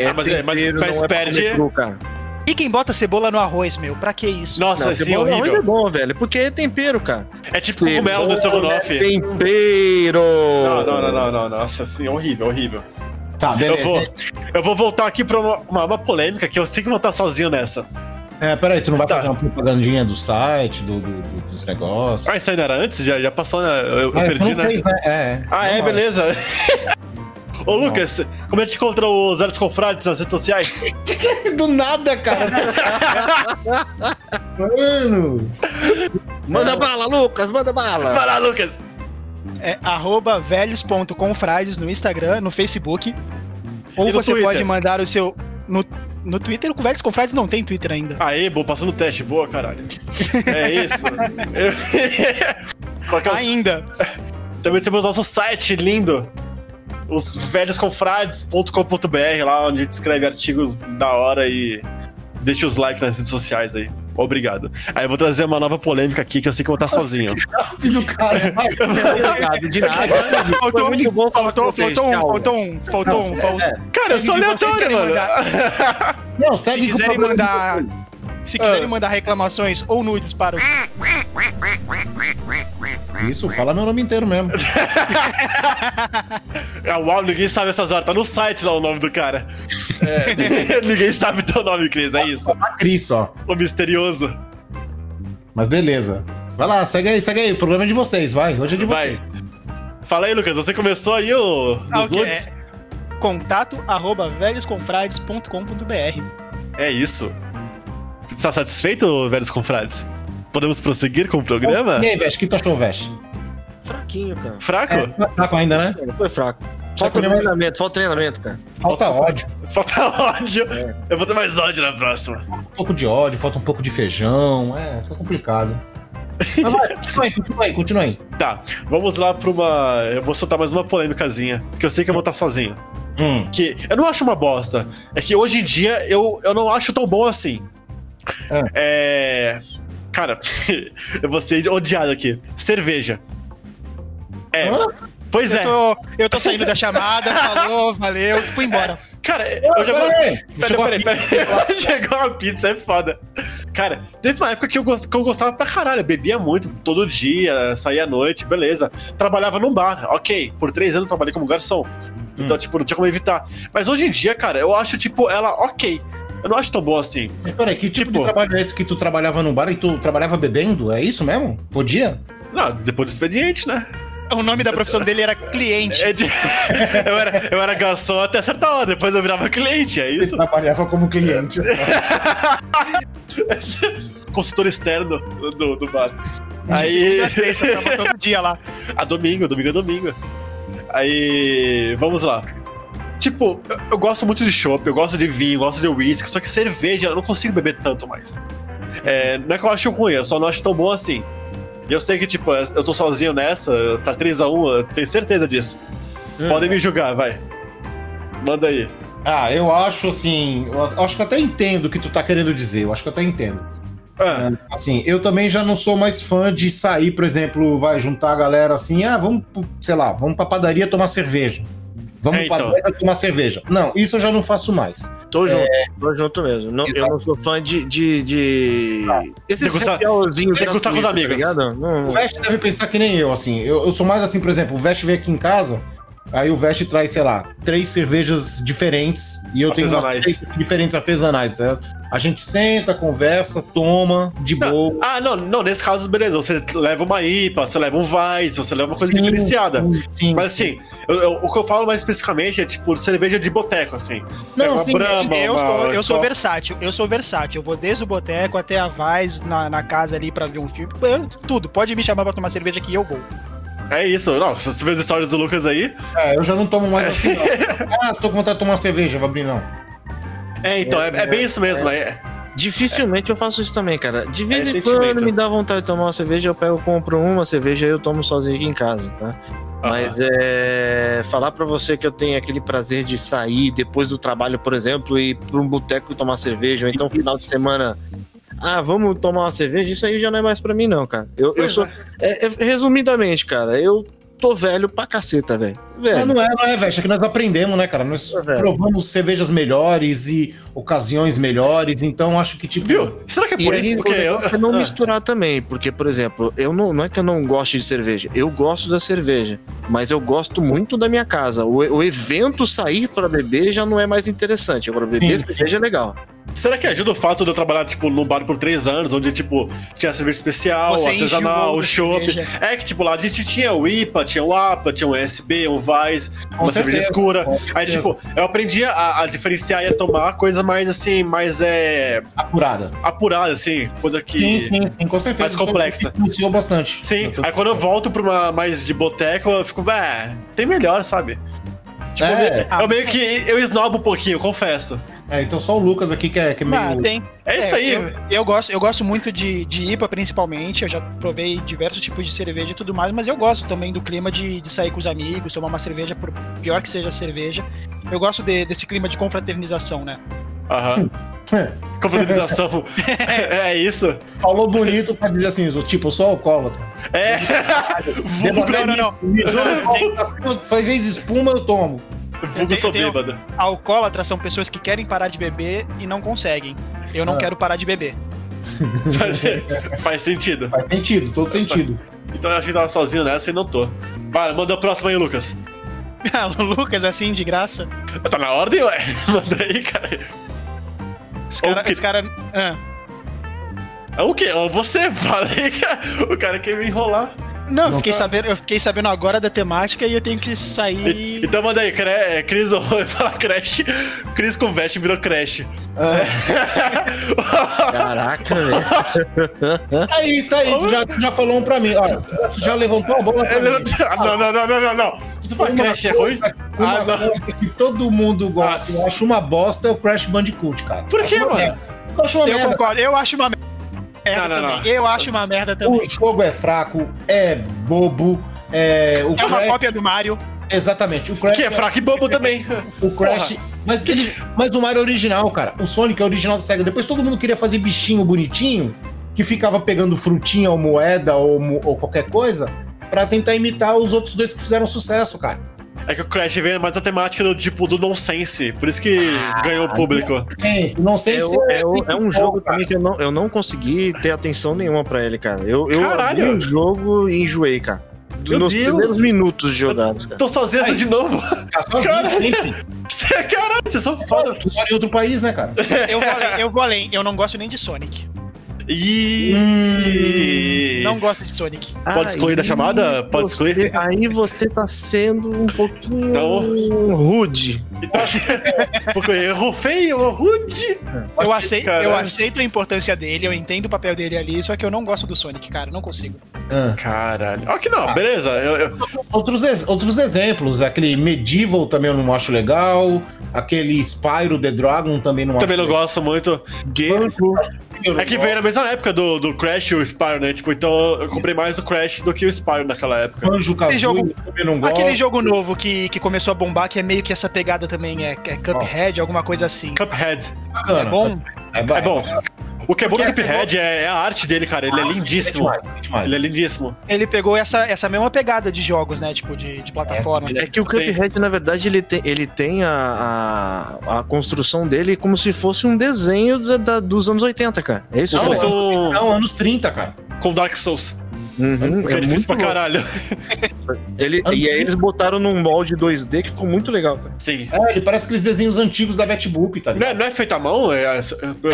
S3: Ah, mas, é, mas,
S7: tempero,
S3: mas
S7: não é pra comer
S3: perde.
S7: cru, cara.
S4: E quem bota cebola no arroz, meu? Pra que isso?
S3: Nossa,
S7: Não,
S3: assim é
S7: cebola não,
S3: horrível.
S7: ele é bom, velho, porque é tempero, cara.
S3: É tipo cogumelo do
S7: Cebola
S3: estrogonofe.
S7: é Tempero!
S3: Não, não, não, não, não, nossa, assim, é horrível, horrível.
S7: Ah,
S5: Tá,
S3: Eu
S5: beleza.
S3: vou, eu vou voltar aqui pra uma, uma, uma polêmica que eu sei que não tá sozinho nessa.
S5: É, peraí, tu não vai
S3: Tá.
S5: fazer uma propagandinha do site, do, do- do- dos negócios?
S3: Ah, isso aí não era antes? Já, já passou, né? Eu, eu
S5: Ah, tu
S3: perdi,
S5: não
S3: né?
S5: fez, né? É.
S3: Ah, é,
S5: Não vai.
S3: beleza. Ô, Lucas, como é que encontra os Zeros Confrades nas redes sociais?
S5: Do nada, cara. Mano.
S7: Manda bala, Lucas, manda bala!
S3: Vai lá, Lucas!
S4: É arroba velhos.confrades no Instagram, no Facebook. Ou
S3: E no
S4: você
S3: Twitter?
S4: pode mandar o seu. No, no Twitter, o Velhos Confrades não tem Twitter ainda.
S3: Aê, boa, passou no teste, boa, caralho. É isso. Eu- Qual que é o-
S4: Ainda.
S3: Também temos nosso site lindo, os velhosconfrades.com.br, lá onde a gente escreve artigos da hora e deixa os likes nas redes sociais aí. Obrigado. Aí eu vou trazer uma nova polêmca aqui que eu sei que eu vou estar sozinho.
S5: Filho do cara. vai.
S7: Obrigado, de nada.
S4: Faltou
S7: muito
S4: um,
S7: bom falar
S4: faltou,
S7: com vocês,
S4: faltou um,
S7: tchau.
S4: faltou um, faltou um, faltou
S5: É.
S3: Cara, eu
S4: Se
S3: sou
S4: vocês
S3: aleatório,
S4: querem
S3: mano.
S5: Não, segue
S4: Se
S5: com o
S4: quiserem
S5: problema de
S4: mandar-
S5: vocês.
S4: Se quiserem mandar reclamações ou nudes para o.
S5: Isso, fala meu nome inteiro mesmo.
S3: Ah, uau, ninguém sabe essas horas. Tá no site lá o nome do cara. É, ninguém sabe teu nome, Cris. É isso.
S5: A Tá Cris, ó.
S3: O misterioso.
S5: Mas beleza. Vai lá, segue aí, segue aí. O programa é de vocês, vai. Hoje é de
S3: Vai.
S5: vocês.
S3: Fala aí, Lucas. Você começou aí o. Nos
S4: Ah, ok,
S3: nudes?
S4: é Contato arroba velhosconfrades.com.br.
S3: É isso. Está satisfeito, velhos confrades? Podemos prosseguir com o programa?
S5: E aí, Veste, o é que tu achou, Veste?
S7: Fraquinho, cara.
S3: Fraco?
S5: É, tá fraco ainda, né?
S7: Foi fraco.
S5: Só
S7: Falta
S5: que-
S7: treinamento, falta treinamento, cara.
S5: Falta um ódio.
S3: Falta ódio. Eu vou ter mais ódio na próxima.
S5: Um pouco de ódio, falta um pouco de feijão. É, fica complicado. Mas vai, continua aí, continua aí, continua aí.
S3: Tá, vamos lá pra uma. Eu vou soltar mais uma polêmicazinha, porque eu sei que eu vou estar sozinho.
S5: Hum.
S3: que eu não acho uma bosta. É que hoje em dia eu, eu não acho tão bom assim.
S5: Ah.
S3: É. Cara, eu vou ser odiado aqui. Cerveja. É.
S5: Hã?
S3: Pois é.
S4: Eu tô, eu tô saindo da chamada, falou, valeu, fui embora.
S3: Cara, eu já vou.
S5: Peraí,
S3: Peraí,
S5: chegou a
S3: peraí, peraí. Chegou uma pizza, é foda. Cara, teve uma época que eu, gos- que eu gostava pra caralho. Eu bebia muito, todo dia, saía à noite, beleza. Trabalhava num bar, ok. Por três anos eu trabalhei como garçom.
S5: Hum.
S3: Então, tipo, não tinha como evitar. Mas hoje em dia, cara, eu acho, tipo, ela ok. Eu não acho tão boa assim.
S5: Mas Peraí, que tipo,
S3: Tipo-
S5: de trabalho é esse que tu trabalhava no bar e tu trabalhava bebendo? É isso mesmo? Podia?
S3: Não, depois do expediente, né?
S4: O nome da profissão dele era cliente.
S3: É de- eu, era, eu era garçom até certa hora, depois eu virava cliente, é isso?
S5: Trabalhava como cliente.
S3: Consultor externo do, do bar.
S4: De
S3: Aí.
S4: segunda a sexta, tava todo dia lá.
S3: A domingo, domingo é domingo. Aí, vamos lá. Tipo, eu, eu gosto muito de chopp, eu gosto de vinho, eu gosto de uísque, só que cerveja eu não consigo beber tanto mais. É, não é que eu acho ruim, eu só não acho tão bom assim. E eu sei que, tipo, eu tô sozinho nessa, tá 3x1, eu tenho certeza disso.
S5: Hum.
S3: Podem me julgar, vai. Manda aí.
S5: ah, eu acho assim. Eu acho que eu até entendo o que tu tá querendo dizer. Eu acho que eu até entendo.
S3: Ah,
S5: Assim, eu também já não sou mais fã de sair, por exemplo, vai juntar a galera assim, ah, vamos, pro- sei lá, vamos pra padaria tomar cerveja. Vamos
S3: É,
S5: pra
S3: então.
S5: padaria tomar cerveja. Não, isso eu já não faço mais.
S7: Tô junto, tô junto mesmo. Não- eu não sou fã de. de, de... Esses
S3: Degustar-
S7: refielzinhos
S3: degustar É, com os amigos.
S7: gratuitos, Tá ligado? Não,
S5: O Vest deve pensar que nem eu, assim. Eu, eu sou mais assim, por exemplo, o Vest veio aqui em casa, Aí o Vest traz, sei lá, três cervejas diferentes e eu tenho umas
S3: Artesanais.
S5: três diferentes artesanais, tá ligado? A gente senta, conversa, toma, de boa.
S3: Ah, não, não, nesse caso, beleza. Você leva uma IPA, você leva um Weiss, você leva uma coisa diferenciada.
S5: Sim, sim.
S3: Mas assim, eu- eu- o que eu falo mais especificamente é tipo cerveja de boteco, assim.
S5: Não,
S3: Pega uma
S5: sim, é,
S3: Brahma,
S4: eu,
S3: uma-
S4: sou, eu sou
S3: só-
S4: versátil, eu sou versátil. Eu vou desde o boteco até a Vaz na, na casa ali pra ver um filme. eu- tudo, pode me chamar pra tomar cerveja que eu vou.
S3: É isso, não, se você vê as histórias do Lucas aí.
S5: É, eu já não tomo mais assim, não. Ah, tô com vontade de tomar cerveja, Fabrinho, não.
S3: É, então, é, é bem isso mesmo. É,
S7: Dificilmente eu faço isso também, cara. De vez
S3: É
S7: em
S3: sentimento.
S7: quando me dá vontade de tomar uma cerveja, eu pego, compro uma cerveja e eu tomo sozinho aqui em casa, tá? Mas é. Falar pra você que eu tenho aquele prazer de sair depois do trabalho, por exemplo, e ir pra um boteco tomar cerveja, ou então final de semana. Ah, vamos tomar uma cerveja? Isso aí já não é mais pra mim, não, cara. Eu, eu sou. é- é- resumidamente, cara, eu tô velho pra caceta, velho.
S5: Mas
S7: Velho.
S5: não é, não é, velho. É que nós aprendemos, né, cara? Nós
S7: É, velho.
S5: provamos cervejas melhores e ocasiões melhores, então acho que, tipo.
S3: Viu? Será que é
S7: E
S3: por
S7: aí,
S3: isso? Porque
S7: o
S3: eu.
S7: negócio é não
S3: Ah.
S7: misturar também, porque, por exemplo, eu não, não é que eu não goste de cerveja, eu gosto da cerveja, mas eu gosto muito da minha casa. O, o evento sair pra beber já não é mais interessante. Agora, beber
S5: Sim,
S7: cerveja é legal.
S3: Será que ajuda o fato de eu trabalhar, tipo, num bar por três anos, onde, tipo, tinha cerveja especial,
S4: Você enche o
S3: artesanal,
S4: bolo
S3: o
S4: de
S3: chopp?
S4: cerveja.
S3: É que, tipo, lá a gente tinha o IPA, tinha o APA, tinha o SB, um Weiss, uma cerveja
S5: certeza,
S3: escura.
S5: com
S3: Aí,
S5: certeza.
S3: tipo, eu aprendi a, a diferenciar e a tomar coisa mais, assim, mais é,
S5: Apurada.
S3: apurada, assim, coisa que...
S5: tá Sim, sim, sim, com certeza.
S3: mais complexa.
S5: Influenciou bastante. Então,
S3: Sim,
S5: Eu tô-
S3: aí quando eu volto pra uma mais de boteco, eu fico, é, tem melhor, sabe? Tipo,
S5: É.
S3: eu meio que, eu esnobo um pouquinho, eu confesso.
S5: É, então só o Lucas aqui que é, que é meio.
S4: Ah, tem.
S3: É isso aí.
S4: Eu, eu gosto, eu gosto muito de, de IPA, principalmente. Eu já provei diversos tipos de cerveja e tudo mais, mas eu gosto também do clima de, de sair com os amigos, tomar uma cerveja, por pior que seja a cerveja. Eu gosto de- desse clima de confraternização, né?
S3: Aham. Confraternização. é isso.
S5: Falou bonito pra dizer assim, tipo, eu sou alcoólatra.
S3: É.
S5: Bebo
S3: vulgo,
S5: até
S3: não,
S5: mim.
S3: não,
S5: Me joga álcool, Faz vez espuma, eu tomo.
S3: não. Vulgo sou
S4: Tem- tem-
S3: bêbado.
S4: Alcoólatras são pessoas que querem parar de beber e não conseguem. Eu não
S5: Ah.
S4: quero parar de beber.
S3: Faz, faz sentido.
S5: Faz sentido, todo sentido.
S3: Então eu achei que tava sozinho nessa e não tô. Vai, manda a próxima aí, Lucas.
S4: Ah, Lucas, assim, de graça.
S3: Tá na ordem, ué? Manda aí, cara.
S4: Os caras.
S3: Ok.
S4: Cara, ah.
S3: É o quê? Ó, Você, falei, cara. O cara quer me enrolar.
S4: Não, eu
S3: tá.
S4: fiquei, sabendo, eu fiquei sabendo agora da temática e eu tenho que sair.
S3: Então manda aí, cre... é, Cris, eu ia falar Crash. Cris com veste virou Crash.
S7: Caraca, velho.
S5: Tá aí, tá aí. Já, já falou um pra mim. Ó, tu já levantou a bola pra
S3: É,
S5: mim.
S3: levanta- Ah, não, não, não, não, não, não. Se você falar
S5: Uma
S3: Crash é ruim.
S5: coisa- Uma
S3: Ah, não.
S5: coisa que todo mundo gosta.
S3: Nossa.
S5: Eu acho uma bosta é o Crash Bandicoot, cara.
S3: Por quê,
S5: Eu acho
S3: mano?
S5: uma merda. é. Eu acho
S4: Eu
S5: uma merda.
S4: concordo, eu acho uma merda
S3: Não, não,
S4: também.
S3: não.
S4: Eu acho uma merda também.
S5: O jogo é fraco, é bobo. É, o
S4: É uma
S5: Crash-
S4: cópia do Mario.
S5: Exatamente. O Crash,
S3: Que é fraco e bobo também.
S5: O Crash. Mas, eles, mas o Mario é original, cara. O Sonic é original da SEGA. Depois todo mundo queria fazer bichinho bonitinho, que ficava pegando frutinha ou moeda ou, mo- ou qualquer coisa, pra tentar imitar os outros dois que fizeram sucesso, cara.
S3: É que o Crash veio mais a temática do tipo do nonsense. Por isso que ganhou o público.
S5: Tem, não sei
S7: É,
S5: se. assim
S7: o- é o- é um jogo
S5: cara.
S7: também que eu não, eu não consegui ter atenção nenhuma pra ele, cara. Eu, eu
S3: Caralho.
S7: abri o jogo e enjoei, cara.
S3: Meu
S7: Nos
S3: Deus.
S7: primeiros minutos jogados, cara.
S3: Tô sozinho de novo.
S5: Tá sozinho, sempre.
S3: Você- é, Caralho, vocês são foda.
S5: Tu mora em outro país, né, cara?
S4: Eu vou além, eu vou além. Eu não gosto nem de Sonic.
S3: E.
S4: Hum, Não gosto de Sonic.
S3: Pode excluir da
S7: Aí
S3: chamada? Pode
S7: você-
S3: excluir?
S7: Aí você tá sendo um pouquinho
S3: Então-
S7: rude.
S3: Porque errou feio, rude.
S4: Eu aceito, eu
S3: caralho.
S4: aceito a importância dele, eu entendo o papel dele ali, só que eu não gosto do Sonic, cara. Não consigo.
S7: Ah.
S3: Caralho. Ó, que não, beleza. Eu, eu-
S5: Outros, ex- outros exemplos, aquele Medieval também eu não acho legal, aquele Spyro the Dragon também não
S3: também
S5: acho
S3: não gosto muito.
S7: Banco.
S5: legal.
S3: É que veio na mesma época do, do Crash e o Spyro, né? Tipo, então eu comprei mais o Crash do que o Spyro naquela época.
S5: Banjo Kazooie
S4: jogo-
S5: também não gosto.
S4: Aquele jogo novo que, que começou a bombar, que é meio que essa pegada também, é, é Cuphead, alguma coisa assim.
S3: Cuphead.
S4: É bom?
S5: É, ba-
S3: É bom. O que é bom do
S4: Porque-
S3: Cuphead é, é a arte dele, cara. Ele é lindíssimo.
S5: demais, é demais.
S3: Ele é lindíssimo.
S4: Ele pegou essa, essa mesma pegada de jogos, né? Tipo, de, de plataforma.
S7: É que o
S3: Sim.
S7: Cuphead, na verdade, ele tem, ele tem a, a, a construção dele como se fosse um desenho da- da- dos anos 80, cara. É isso?
S3: Como
S7: que
S3: se
S7: eu
S3: fosse um-
S5: Não, anos 30, cara.
S3: com Dark Souls.
S7: Uhum,
S3: Porque é,
S7: é
S3: difícil
S7: muito
S3: pra
S7: louco.
S3: caralho.
S7: Ele, e aí eles botaram num molde 2D que ficou muito legal, cara.
S3: Sim.
S5: É, ele parece aqueles desenhos antigos da Betboop, tá
S3: Não
S5: ligado?
S3: é, não é feito à mão? É, é-
S5: É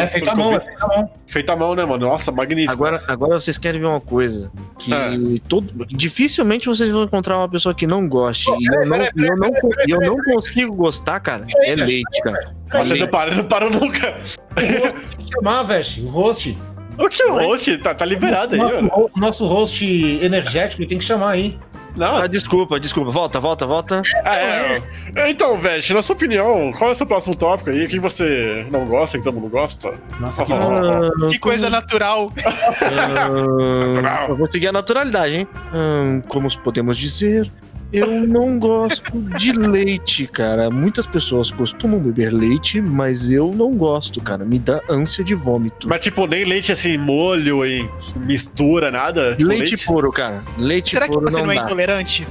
S5: feito à mão, é feito à mão.
S3: Feito à mão, né, mano? Nossa, magnífico.
S7: Agora, agora vocês querem ver uma coisa que
S3: Ah.
S7: todo, dificilmente vocês vão encontrar uma pessoa que não goste. e eu não,
S5: peraí,
S7: e eu não,
S5: peraí, peraí,
S7: e eu não consigo gostar, cara. É leite, cara.
S3: Nossa,
S7: Leite.
S3: não para, não para nunca.
S5: Chamar, velho, o host.
S3: O que é o host? Tá, tá liberado aí,
S5: Nosso,
S3: mano.
S5: ho- nosso host energético, ele tem que chamar, hein?
S3: Não,
S7: Ah, desculpa, desculpa. Volta, volta, volta.
S3: Ah, é. é. Então, Vest, na sua opinião, qual é o seu próximo tópico aí? O que você não gosta, que todo mundo gosta?
S5: Nossa, que
S3: Ah.
S5: bosta.
S4: Que coisa natural.
S7: Ah,
S3: Natural.
S7: eu vou seguir a naturalidade, hein? Ah, como podemos dizer, eu não gosto de leite, cara. Muitas pessoas costumam beber leite, mas eu não gosto, cara. Me dá ânsia de vômito.
S3: Mas, tipo, nem leite assim, molho e mistura, nada? Tipo,
S7: leite, puro, cara. Leite
S4: Será que
S7: puro
S4: você
S7: não,
S4: não é
S7: dá.
S4: intolerante?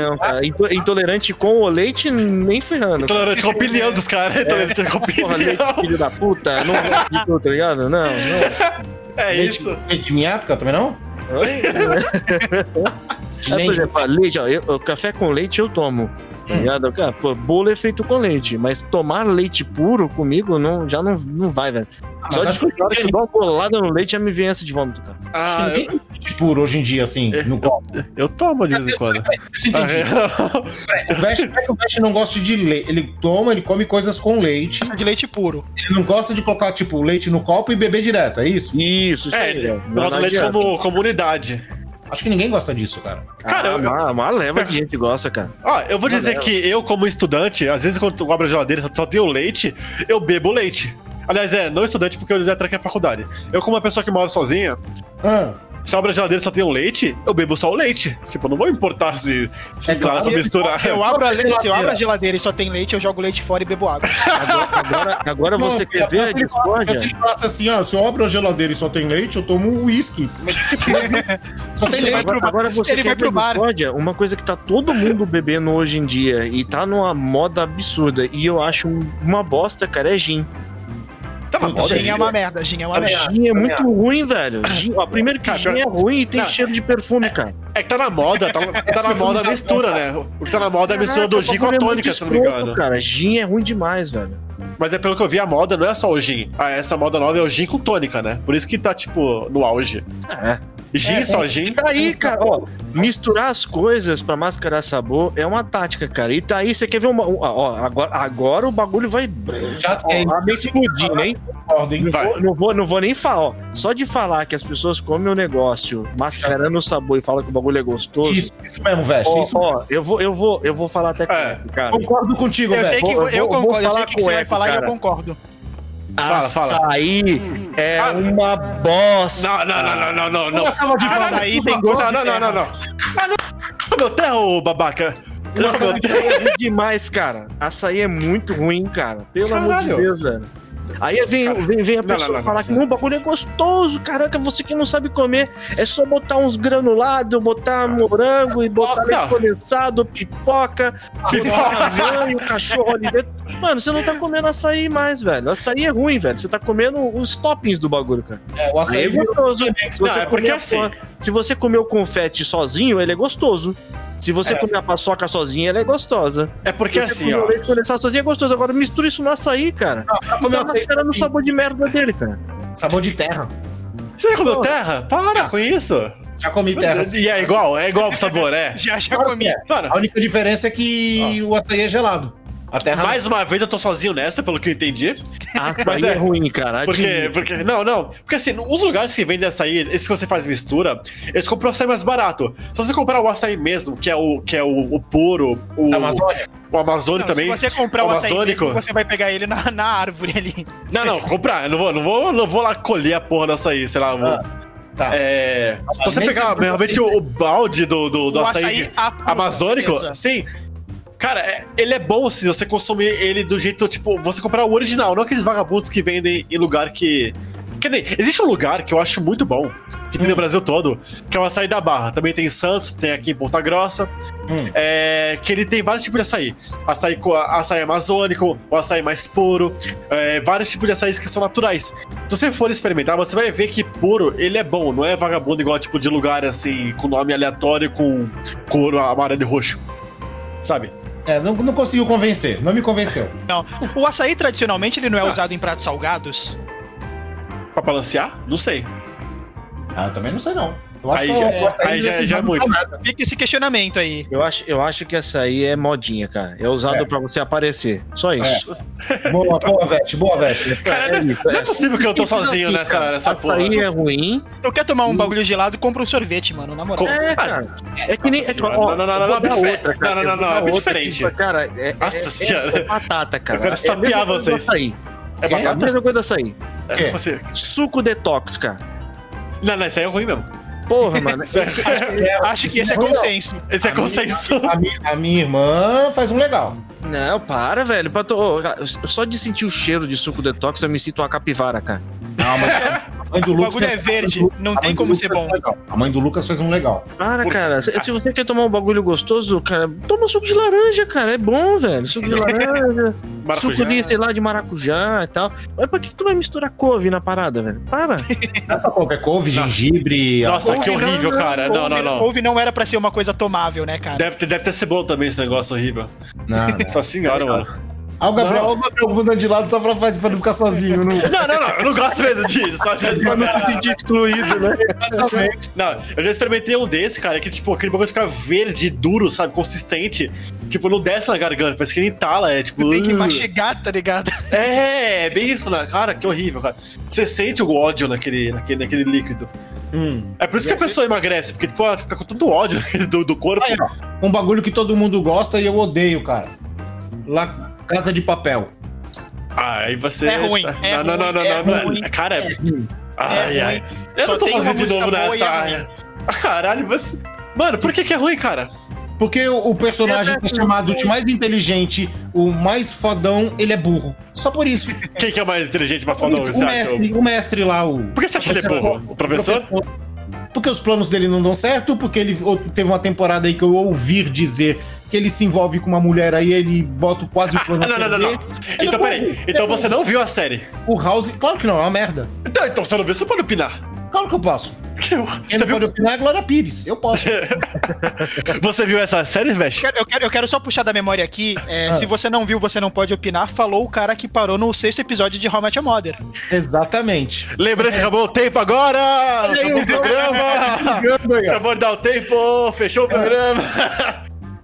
S7: Não, cara. into- Intolerante com o leite, nem ferrando.
S3: Intolerante com a opinião dos caras. Intolerante com a
S7: né? É. Porra, leite,
S3: opinião.
S7: filho da puta. Não gosto de tudo, tá ligado? Não, não.
S3: É
S5: Leite-
S3: isso.
S5: Leite minha época também não?
S7: Aí,
S5: Nem-
S7: por exemplo, ah, leite, ó, eu- eu- café com leite eu tomo. Tá ligado? Cara, pô, bolo é feito com leite, mas tomar leite puro comigo não, já não, não vai, velho.
S5: mas
S7: Só de
S5: acho que eu
S7: hora Ah, que eu dou uma colada no leite já me vem essa de vômito, cara.
S3: Ah, É.
S5: Acho que ninguém tem puro hoje em dia, assim, no copo.
S3: eu, eu tomo de vez em quando.
S5: Isso
S3: Ah,
S5: entendi.
S3: é.
S5: O Vest, não é que o Vest não gosta de leite. Ele toma, ele come coisas com leite.
S4: Gosta de leite puro.
S5: Ele não gosta de colocar, tipo, leite no copo e beber direto, é isso?
S7: Isso, isso
S3: É,
S7: aí,
S3: ele
S7: velho. né? Não,
S3: bota
S7: não
S3: leite
S7: adianta.
S3: como comunidade.
S5: Acho que ninguém gosta disso, cara.
S3: Cara,
S7: ah,
S3: eu-
S7: uma, uma leva de gente que gosta, cara.
S3: Ó, eu vou
S7: Uma
S3: dizer
S7: delas.
S3: que eu, como estudante, às vezes quando eu abro a geladeira só- só tem o leite, eu bebo leite. Aliás, é, não estudante porque eu já tranquei a faculdade. Eu, como uma pessoa que mora sozinha,
S5: Ah,
S3: se eu abro a geladeira só tem o leite, eu bebo só o leite. Tipo, eu não vou importar se, se
S5: É claro.
S3: claro, misturar.
S4: Se eu abro a, le- se eu
S5: Geladeira.
S4: abro a geladeira e só tem leite, eu jogo leite fora e bebo água.
S7: Agora, agora, agora
S5: não,
S7: você quer
S5: mas
S7: ver a
S5: se ele falasse- mas
S7: discórdia?
S5: Se ele falasse assim, ó, se eu abro a geladeira e só tem leite, eu tomo um uísque. Mas, tipo, só tem
S4: Ele vai
S5: leite.
S7: Agora,
S4: pro bar.
S7: agora você
S4: Ele
S7: quer
S4: vai pro
S7: ver a
S4: bar.
S7: discórdia? uma coisa que tá todo mundo bebendo hoje em dia e tá numa moda absurda e eu acho um- uma bosta, cara, é gin.
S3: Tá na moda,
S4: Gin é
S3: gente.
S4: uma merda, gin é uma
S7: Cara,
S4: merda.
S7: gin é Ah, muito ruim, velho. Gin, ó, primeiro que
S3: Cara,
S7: gin é ruim e tem
S3: cara,
S7: cheiro de perfume, cara.
S3: É que tá na moda, tá, tá na moda a mistura, né? O que tá na moda é a mistura do
S7: Caraca,
S3: gin com a
S7: bagulho é
S3: tônica,
S7: muito
S3: se não me
S7: escroto,
S3: engano.
S7: Cara, gin é ruim demais, velho.
S3: Mas é pelo que eu vi, a moda não é só o gin. Ah, essa moda nova é o gin com tônica, né? Por isso que tá, tipo, no auge.
S7: É.
S3: Gin,
S5: É,
S3: só gin.
S7: Tá aí, cara, ó, misturar as coisas pra mascarar sabor é uma tática, cara. E tá aí, você quer ver uma. um- Ó, agora, agora o bagulho vai.
S5: Já sei,
S7: Ó, vai explodir, hein?
S5: concordo, hein?
S3: Vai.
S7: Pô, Não vou, não vou nem falar, ó. Só de falar que as pessoas comem o negócio mascarando o sabor e falam que o bagulho é gostoso.
S5: Isso, isso mesmo, Vest.
S7: Ó,
S5: isso.
S7: ó, eu vou, eu vou, eu vou falar até com
S3: É.
S7: ele, cara.
S5: Concordo contigo,
S4: Eu sei
S5: Vest.
S4: que
S7: vou-
S4: eu
S7: vou- vou
S4: concordo, eu sei
S7: falar
S4: que
S7: com
S4: você vai
S7: eco,
S4: falar e eu
S7: cara.
S4: concordo.
S3: Fala, fala.
S7: Açaí é
S3: Ah.
S7: uma bosta.
S3: Não, não, não, não, não, não, não.
S5: Uma salva de
S3: Ah,
S5: palmas
S3: não,
S5: aí,
S3: não,
S5: tem
S3: não,
S5: gosto
S3: não,
S5: de
S3: não, não, não, não. Ah, não. Meu terra, ô babaca. Não,
S7: Nossa,
S3: meu
S7: açaí é ruim demais, cara. Açaí é muito ruim, cara. Pelo amor de
S3: Caralho.
S7: Deus, velho. Aí vem,
S3: Cara,
S7: vem, vem a
S3: não, não,
S7: pessoa
S3: não,
S7: falar
S3: não.
S7: que não, o bagulho é gostoso, caraca, você que não sabe comer, é só botar uns granulados, botar morango e botar
S3: Não.
S7: leite condensado, pipoca,
S3: terra.
S7: e o cachorro ali dentro. Mano, você não tá comendo açaí mais, velho. Açaí é ruim, velho. Você tá comendo os toppings do bagulho, cara.
S5: É, o açaí
S7: Aí é
S5: virou-
S7: gostoso. Se
S3: Não,
S7: você
S3: é porque
S7: comer a
S3: assim-
S7: porra- Se você comer o confete sozinho, ele é gostoso. Se você comer a paçoca sozinha, ela é gostosa.
S3: É porque
S7: Se você
S3: assim,
S7: comer o
S3: ó.
S7: leite condensado sozinho, é gostoso. Agora mistura isso no açaí, cara.
S5: pra comer
S7: Tá
S5: o açaí.
S7: mascarando
S3: assim.
S7: o sabor de merda dele, cara.
S5: assim. Sabor de terra.
S3: Você já comeu terra? Para com isso.
S5: Já comi terra. assim.
S3: E é igual, é igual pro sabor, é.
S4: Já, já
S5: Claro que
S4: comi.
S5: é.
S3: Mano,
S5: A única diferença é que o açaí é gelado. A terra não.
S3: mais uma vez eu tô sozinho nessa, pelo que eu entendi. Mas
S7: Açaí
S3: é.
S7: é ruim, cara.
S3: Porque,
S7: Admito.
S3: porque, não, não. Porque assim, os lugares que vendem açaí, esses que você faz mistura, eles compram açaí mais barato. Se você comprar o açaí mesmo, que é o, que é o, o puro, o,
S5: da Amazônia.
S3: o Amazônia
S4: Não,
S3: também.
S4: Se você comprar o açaí
S3: Amazônico.
S4: mesmo, você vai pegar ele na, na árvore ali.
S3: Não, não, comprar. Eu não vou, não vou, não vou lá colher a porra do açaí, sei lá. eu vou-
S4: Ah,
S5: Tá.
S3: É. Se você
S5: nem
S3: pegar
S5: sempre
S3: realmente o, o balde do, do, do
S4: o
S3: açaí,
S4: açaí
S3: de-
S4: apuro,
S3: amazônico,
S4: beleza.
S3: sim. Cara, é- ele é bom se você consumir ele do jeito, tipo, você comprar o original, não aqueles vagabundos que vendem em lugar que. que nem- existe um lugar que eu acho muito bom, que tem no Brasil todo, que é o açaí da Barra. Também tem em Santos, tem aqui em Ponta Grossa.
S5: Hum.
S3: É, que ele tem vários tipos de açaí. Açaí, co- açaí amazônico, o açaí mais puro, é, vários tipos de açaís que são naturais. Se você for experimentar, você vai ver que puro ele é bom, não é vagabundo igual tipo de lugar assim, com nome aleatório, com couro amarelo e roxo. Sabe?
S5: É, não, não conseguiu convencer, não me convenceu.
S4: Não. O açaí, tradicionalmente, ele não é
S3: Tá.
S4: usado em pratos salgados?
S3: Pra balancear? Não sei.
S5: Ah, também não sei não. Eu
S3: Aí já- aí já- já é muito.
S4: Fica esse questionamento aí.
S7: Eu acho, eu acho que essa aí é modinha, cara. É usado
S5: É.
S7: pra você aparecer. Só isso.
S5: Boa, boa, Vete, boa, Vete.
S3: É. Cara,
S7: É
S3: não
S7: isso,
S3: é
S7: é.
S3: possível que eu tô sozinho nessa, nessa porra.
S7: Açaí é ruim.
S4: Tu quer tomar um bagulho gelado, compra um sorvete, mano, na moral.
S3: Co- Ah,
S7: É, cara. É que nem.
S3: Nossa
S7: É, que- ó,
S3: senhora. Não, não, não,
S7: eu
S3: não,
S7: vou
S3: não,
S7: dar
S3: bife-
S7: outra, cara.
S3: não, não, não,
S7: Eu vou
S3: não,
S7: dar
S3: bife
S7: outra
S3: diferente.
S7: aqui, cara, é, é-
S3: Nossa
S7: é-
S3: senhora.
S7: é batata, cara.
S3: Eu quero
S7: É a
S3: sapear
S7: mesma coisa do
S3: vocês.
S7: açaí.
S3: É
S7: É a
S3: bacana.
S7: mesma coisa do açaí.
S3: É, você.
S7: Suco detox, cara.
S3: Não, não, isso aí é ruim mesmo.
S7: Porra, mano.
S4: Acho que esse é consenso.
S3: Esse é consenso.
S5: A, mi- a minha irmã faz um legal.
S7: Não, para, velho. Pra to- ô, cara, só de sentir o cheiro de suco detox, eu me sinto uma capivara, cara.
S5: A mãe do
S4: O bagulho é
S5: fez-
S4: verde, não
S5: a mãe
S4: tem
S5: do
S4: como
S5: Lucas
S4: ser bom.
S5: fez um legal. A mãe do Lucas fez um legal.
S7: Para, cara. Se, se você quer tomar um bagulho gostoso, cara, toma suco de laranja, cara. É bom, velho. Suco de laranja, suco de, sei lá, de maracujá e tal. Mas pra que que tu vai misturar couve na parada, velho? Para.
S5: Dá pra qualquer couve, gengibre.
S3: Nossa,
S5: arroz.
S3: que horrível, cara. Não, não, não.
S4: Couve não era pra ser uma coisa tomável, né, cara?
S3: Deve ter, deve ter cebola também esse negócio horrível.
S5: Não, não.
S3: Nossa senhora, mano.
S5: Ah, o Gabriel, o Gabriel mudando de lado só pra, pra não ficar sozinho. né? Não.
S3: Não, não, não. Eu não gosto mesmo disso. Só só-
S7: sentir excluído, né?
S5: Exatamente.
S3: Não, eu já experimentei um desse, cara, que, tipo, aquele bagulho fica verde, duro, sabe? Consistente. Tipo, não desce na garganta, parece que ele entala. É tipo.
S4: Tu tem que
S3: "Ugh".
S4: mastigar, tá ligado?
S3: É, é bem isso, né? Cara, que horrível, cara. Você sente o ódio naquele, naquele, naquele líquido.
S4: Hum.
S3: É por isso que a pessoa emagrece, porque, tipo, ela fica com todo o ódio né, do, do corpo.
S5: Aí, ó, um bagulho que todo mundo gosta e eu odeio, cara. Lá, Casa de Papel.
S3: Ah, aí você.
S4: É ruim,
S3: Não,
S4: é
S3: não, não,
S4: ruim,
S3: não,
S4: é
S3: não,
S4: ruim.
S3: não. Cara, é. Ai,
S4: É
S3: ai. Eu
S4: Só
S3: não tô
S4: tem uma
S3: sozinho de
S4: música
S3: novo
S4: boa e
S3: nessa
S4: é
S3: área. Caralho, você. Mano, por que, que é ruim, cara?
S5: Porque o, o personagem que é chamado de mais inteligente, o mais fodão, ele é burro. Só por isso.
S3: Quem que é mais inteligente pra
S5: O,
S3: falar, você acha?
S5: mestre, o mestre lá, o.
S3: Por que você acha que ele é burro? O professor?
S5: Porque os planos dele não dão certo, porque ele ou- teve uma temporada aí que eu ouvi dizer que ele se envolve com uma mulher aí, ele bota quase o plano
S3: Ah, não,
S5: a
S3: não, não, não.
S5: perder.
S3: Então, peraí. Então você não viu a série.
S5: O House, claro que não, é uma merda.
S3: Então, então você não viu, você pode opinar.
S5: Claro que eu posso. Quem
S3: Você
S5: não pode
S3: viu,
S5: opinar é a Glória Pires. Eu posso.
S3: você viu essa série, Vesh?
S4: Quero- Eu quero, eu quero só puxar da memória aqui.
S3: Ah.
S4: é, Se você não viu, você não pode opinar. Falou o cara que parou no sexto episódio de How I Met Your Mother.
S5: Exatamente.
S3: Lembrando que acabou o tempo agora! Acabou o programa!
S5: Ligando aí, ó.
S3: Acabou de dar o tempo, fechou o programa!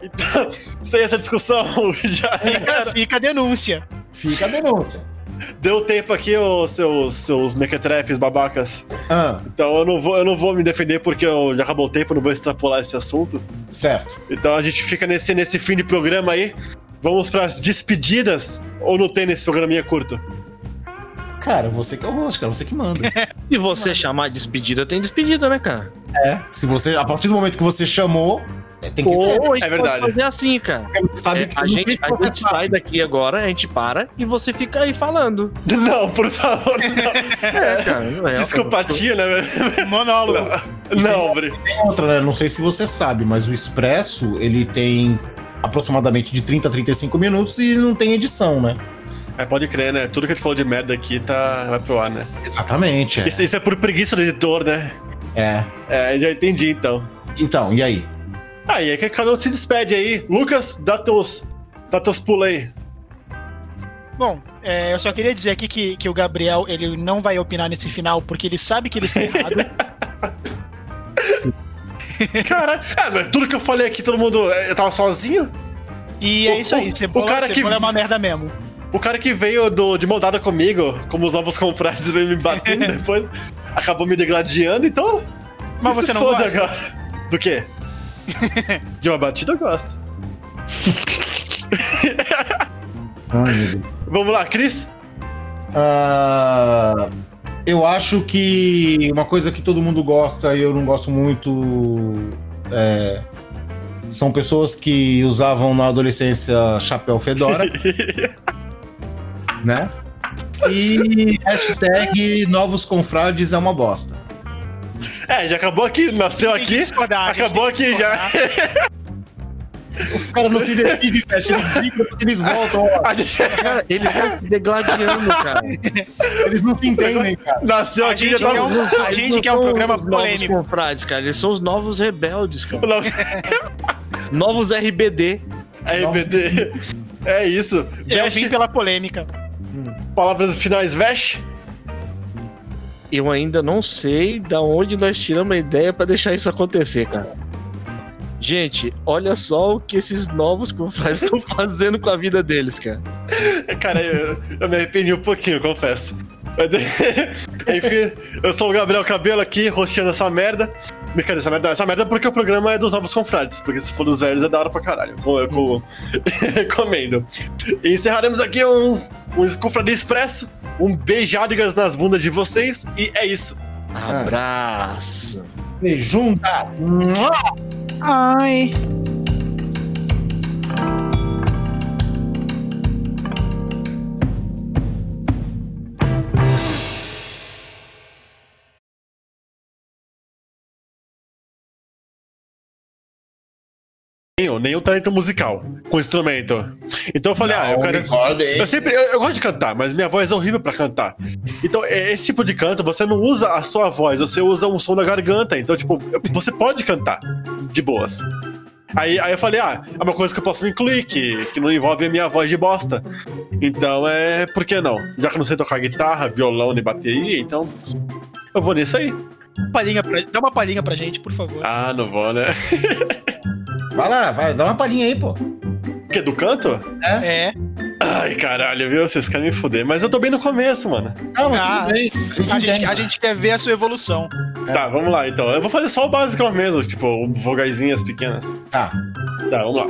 S3: Então, sem essa discussão, já era.
S4: Fica a denúncia.
S5: Fica a denúncia.
S3: Deu tempo aqui, os seus, seus mequetrefes babacas.
S5: Ah,
S3: Então eu não vou, eu não vou me defender porque eu já acabou o tempo, não vou extrapolar esse assunto.
S5: certo.
S3: Então a gente fica nesse, nesse fim de programa aí. Vamos pras despedidas ou não tem nesse programinha curto?
S5: Cara, você que é o rosto, cara, você que manda.
S7: Se você chamar de despedida, tem despedida, né, cara?
S5: É. Se você, a partir do momento que você chamou, é, tem que ter.
S7: Ou a gente
S3: É verdade.
S7: pode fazer assim, cara.
S5: Porque Você sabe
S7: É,
S5: que
S7: a,
S5: não
S7: gente,
S5: tem
S7: a gente
S5: professor.
S7: sai daqui agora, a gente para e você fica aí falando.
S3: Não, por favor, não.
S7: É, cara. não é-
S3: Psicopatia, né?
S4: Monólogo.
S3: Não, Bri.
S5: Tem outra, né? Não sei se você sabe, mas o Expresso, ele tem aproximadamente de 30 a 35 minutos e não tem edição, né?
S3: É, pode crer, né? Tudo que a gente falou de merda aqui tá... vai pro ar, né?
S5: Exatamente. É.
S3: Isso, isso é por preguiça do editor, né?
S5: É.
S3: É, já entendi então.
S5: Então, e aí?
S3: Aí é que cada um se despede aí. Lucas, dá teus, dá teus pulos aí.
S4: Bom, é, eu só queria dizer aqui que, que o Gabriel ele não vai opinar nesse final porque ele sabe que ele está errado.
S3: Caralho. É, mas tudo que eu falei aqui, todo mundo. é, Eu tava sozinho?
S4: E é isso aí.
S3: O-
S4: Cebola,
S3: o cara que-
S4: cebola é uma merda mesmo.
S3: O cara que veio do, de maldada comigo, como os novos comprados veio me batendo depois, acabou me degladiando, então.
S4: Mas
S3: que
S4: você
S3: se
S4: não
S3: foda
S4: gosta?
S3: Agora. Do quê? de uma batida eu gosto.
S5: Ai, meu Deus.
S3: Vamos lá, Cris?
S5: Ah, eu acho que uma coisa que todo mundo gosta e eu não gosto muito é, são pessoas que usavam na adolescência chapéu fedora, né? E hashtag novos confrades é uma bosta.
S3: É, já acabou aqui, nasceu
S4: Tem que
S3: aqui.
S4: discordar, a gente
S3: acabou
S4: tem que
S3: aqui já.
S4: discordar.
S5: Os caras não se decidem, fecha, eles brigam, depois eles voltam, ó.
S3: A gente
S7: Cara, eles estão se degladiando, cara.
S5: Eles não se entendem, cara.
S3: nasceu
S4: A
S3: aqui
S4: gente,
S3: já tá
S4: quer
S3: tava.
S4: um, a gente quer um programa polêmico.
S7: Novos confrades, cara. Eles são os novos rebeldes, cara. Novos RBD.
S3: RBD. É isso.
S4: Eu vim
S3: Veste,
S4: pela polêmica.
S3: palavras finais, veste.
S7: Eu ainda não sei da onde nós tiramos a ideia pra deixar isso acontecer, cara. Gente, olha só o que esses novos confrades estão fazendo com a vida deles, cara.
S3: Cara, eu, eu me arrependi um pouquinho, confesso. Mas, Enfim, eu sou o Gabriel Cabelo aqui, roxando essa merda. Brincadeira, essa merda, essa merda é porque o programa é dos novos confrades, porque se for dos velhos é da hora pra caralho. Eu, eu, eu recomendo. E encerraremos aqui uns, uns Confraria Expresso, um beijádegas nas bundas de vocês, e é isso.
S4: Ah.
S7: Abraço.
S5: Se junta.
S4: Ai.
S3: Nenhum, nenhum talento musical com instrumento. Então eu falei, ah, eu
S5: um
S3: quero. Eu
S8: Recordem.
S3: sempre. Eu, eu gosto de cantar, mas minha voz é horrível pra cantar. Então, é, esse tipo de canto, você não usa a sua voz, você usa um som da garganta. Então, tipo, você pode cantar de boas. Aí, aí eu falei, ah, é uma coisa que eu posso me incluir, que, que não envolve a minha voz de bosta. Então é. Por que não? Já que eu não sei tocar guitarra, violão nem bateria, então. Eu vou nisso aí.
S4: Palhinha pra, dá uma palhinha pra gente, por favor.
S3: Ah, não vou, né?
S5: Vai lá, vai, dá uma palhinha aí, pô.
S3: Que é do canto?
S4: É.
S3: Ai, caralho, viu? Vocês querem me fuder. Mas eu tô bem no começo, mano.
S5: Calma,
S4: Ah,
S5: tudo bem. A gente
S4: A gente,
S5: entende.
S4: a gente quer ver a sua evolução.
S3: Tá, vamos lá então. Eu vou fazer só o básico mesmo, tipo, vogaisinhas pequenas.
S5: Tá.
S3: Tá, vamos lá.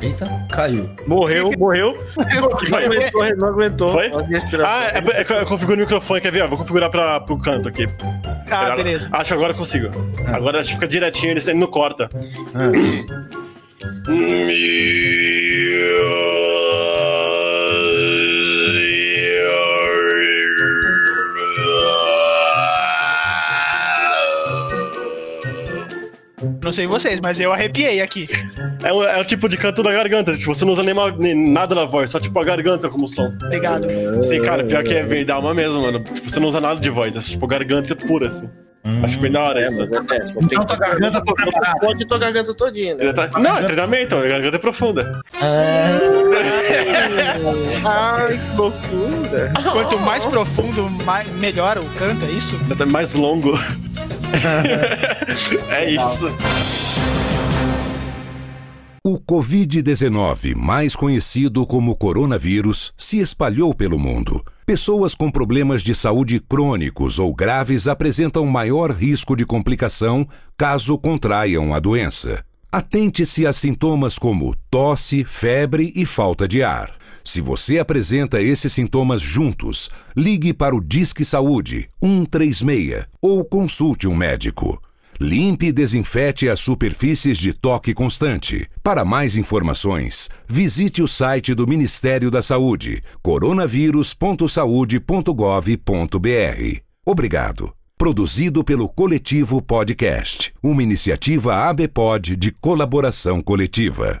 S5: Eita, caiu.
S7: Morreu, morreu. Não
S3: Vai.
S7: aguentou, não aguentou.
S3: Foi?
S7: Nossa, respiração.
S3: Ah, é, é, eu configuro o microfone, quer ver? Eu vou configurar pra, pro canto aqui.
S4: Ah,
S3: Agora-
S4: beleza.
S3: Acho que agora eu consigo. Agora acho que fica direitinho, ele ele não corta.
S4: Não sei vocês, mas eu arrepiei aqui.
S3: É o, é o tipo de canto da garganta, tipo, você não usa nem, ma- nem nada na voz, só tipo a garganta como som.
S4: Obrigado.
S3: Sim, cara, pior que é bem da alma mesmo, mano. Tipo, você não usa nada de voz, é tipo garganta pura, assim. Acho bem da hora
S7: É,
S3: isso.
S7: mas acontece. Tem
S5: Então tua garganta tá preparada.
S7: Pode tua garganta todinha, né?
S3: Ele tá- Não, é treinamento, a garganta é profunda.
S7: Ai, que loucura.
S4: Quanto mais profundo, mais, melhor o canto, é isso?
S3: É até mais longo. é isso.
S6: O Covid-19, mais conhecido como coronavírus, se espalhou pelo mundo. Pessoas com problemas de saúde crônicos ou graves apresentam maior risco de complicação caso contraiam a doença. Atente-se a sintomas como tosse, febre e falta de ar. Se você apresenta esses sintomas juntos, ligue para o Disque Saúde 136 ou consulte um médico. Limpe e desinfete as superfícies de toque constante. Para mais informações, visite o site do Ministério da Saúde, coronavírus.saude.gov.br. Obrigado. Produzido pelo Coletivo Podcast, uma iniciativa ABPOD de colaboração coletiva.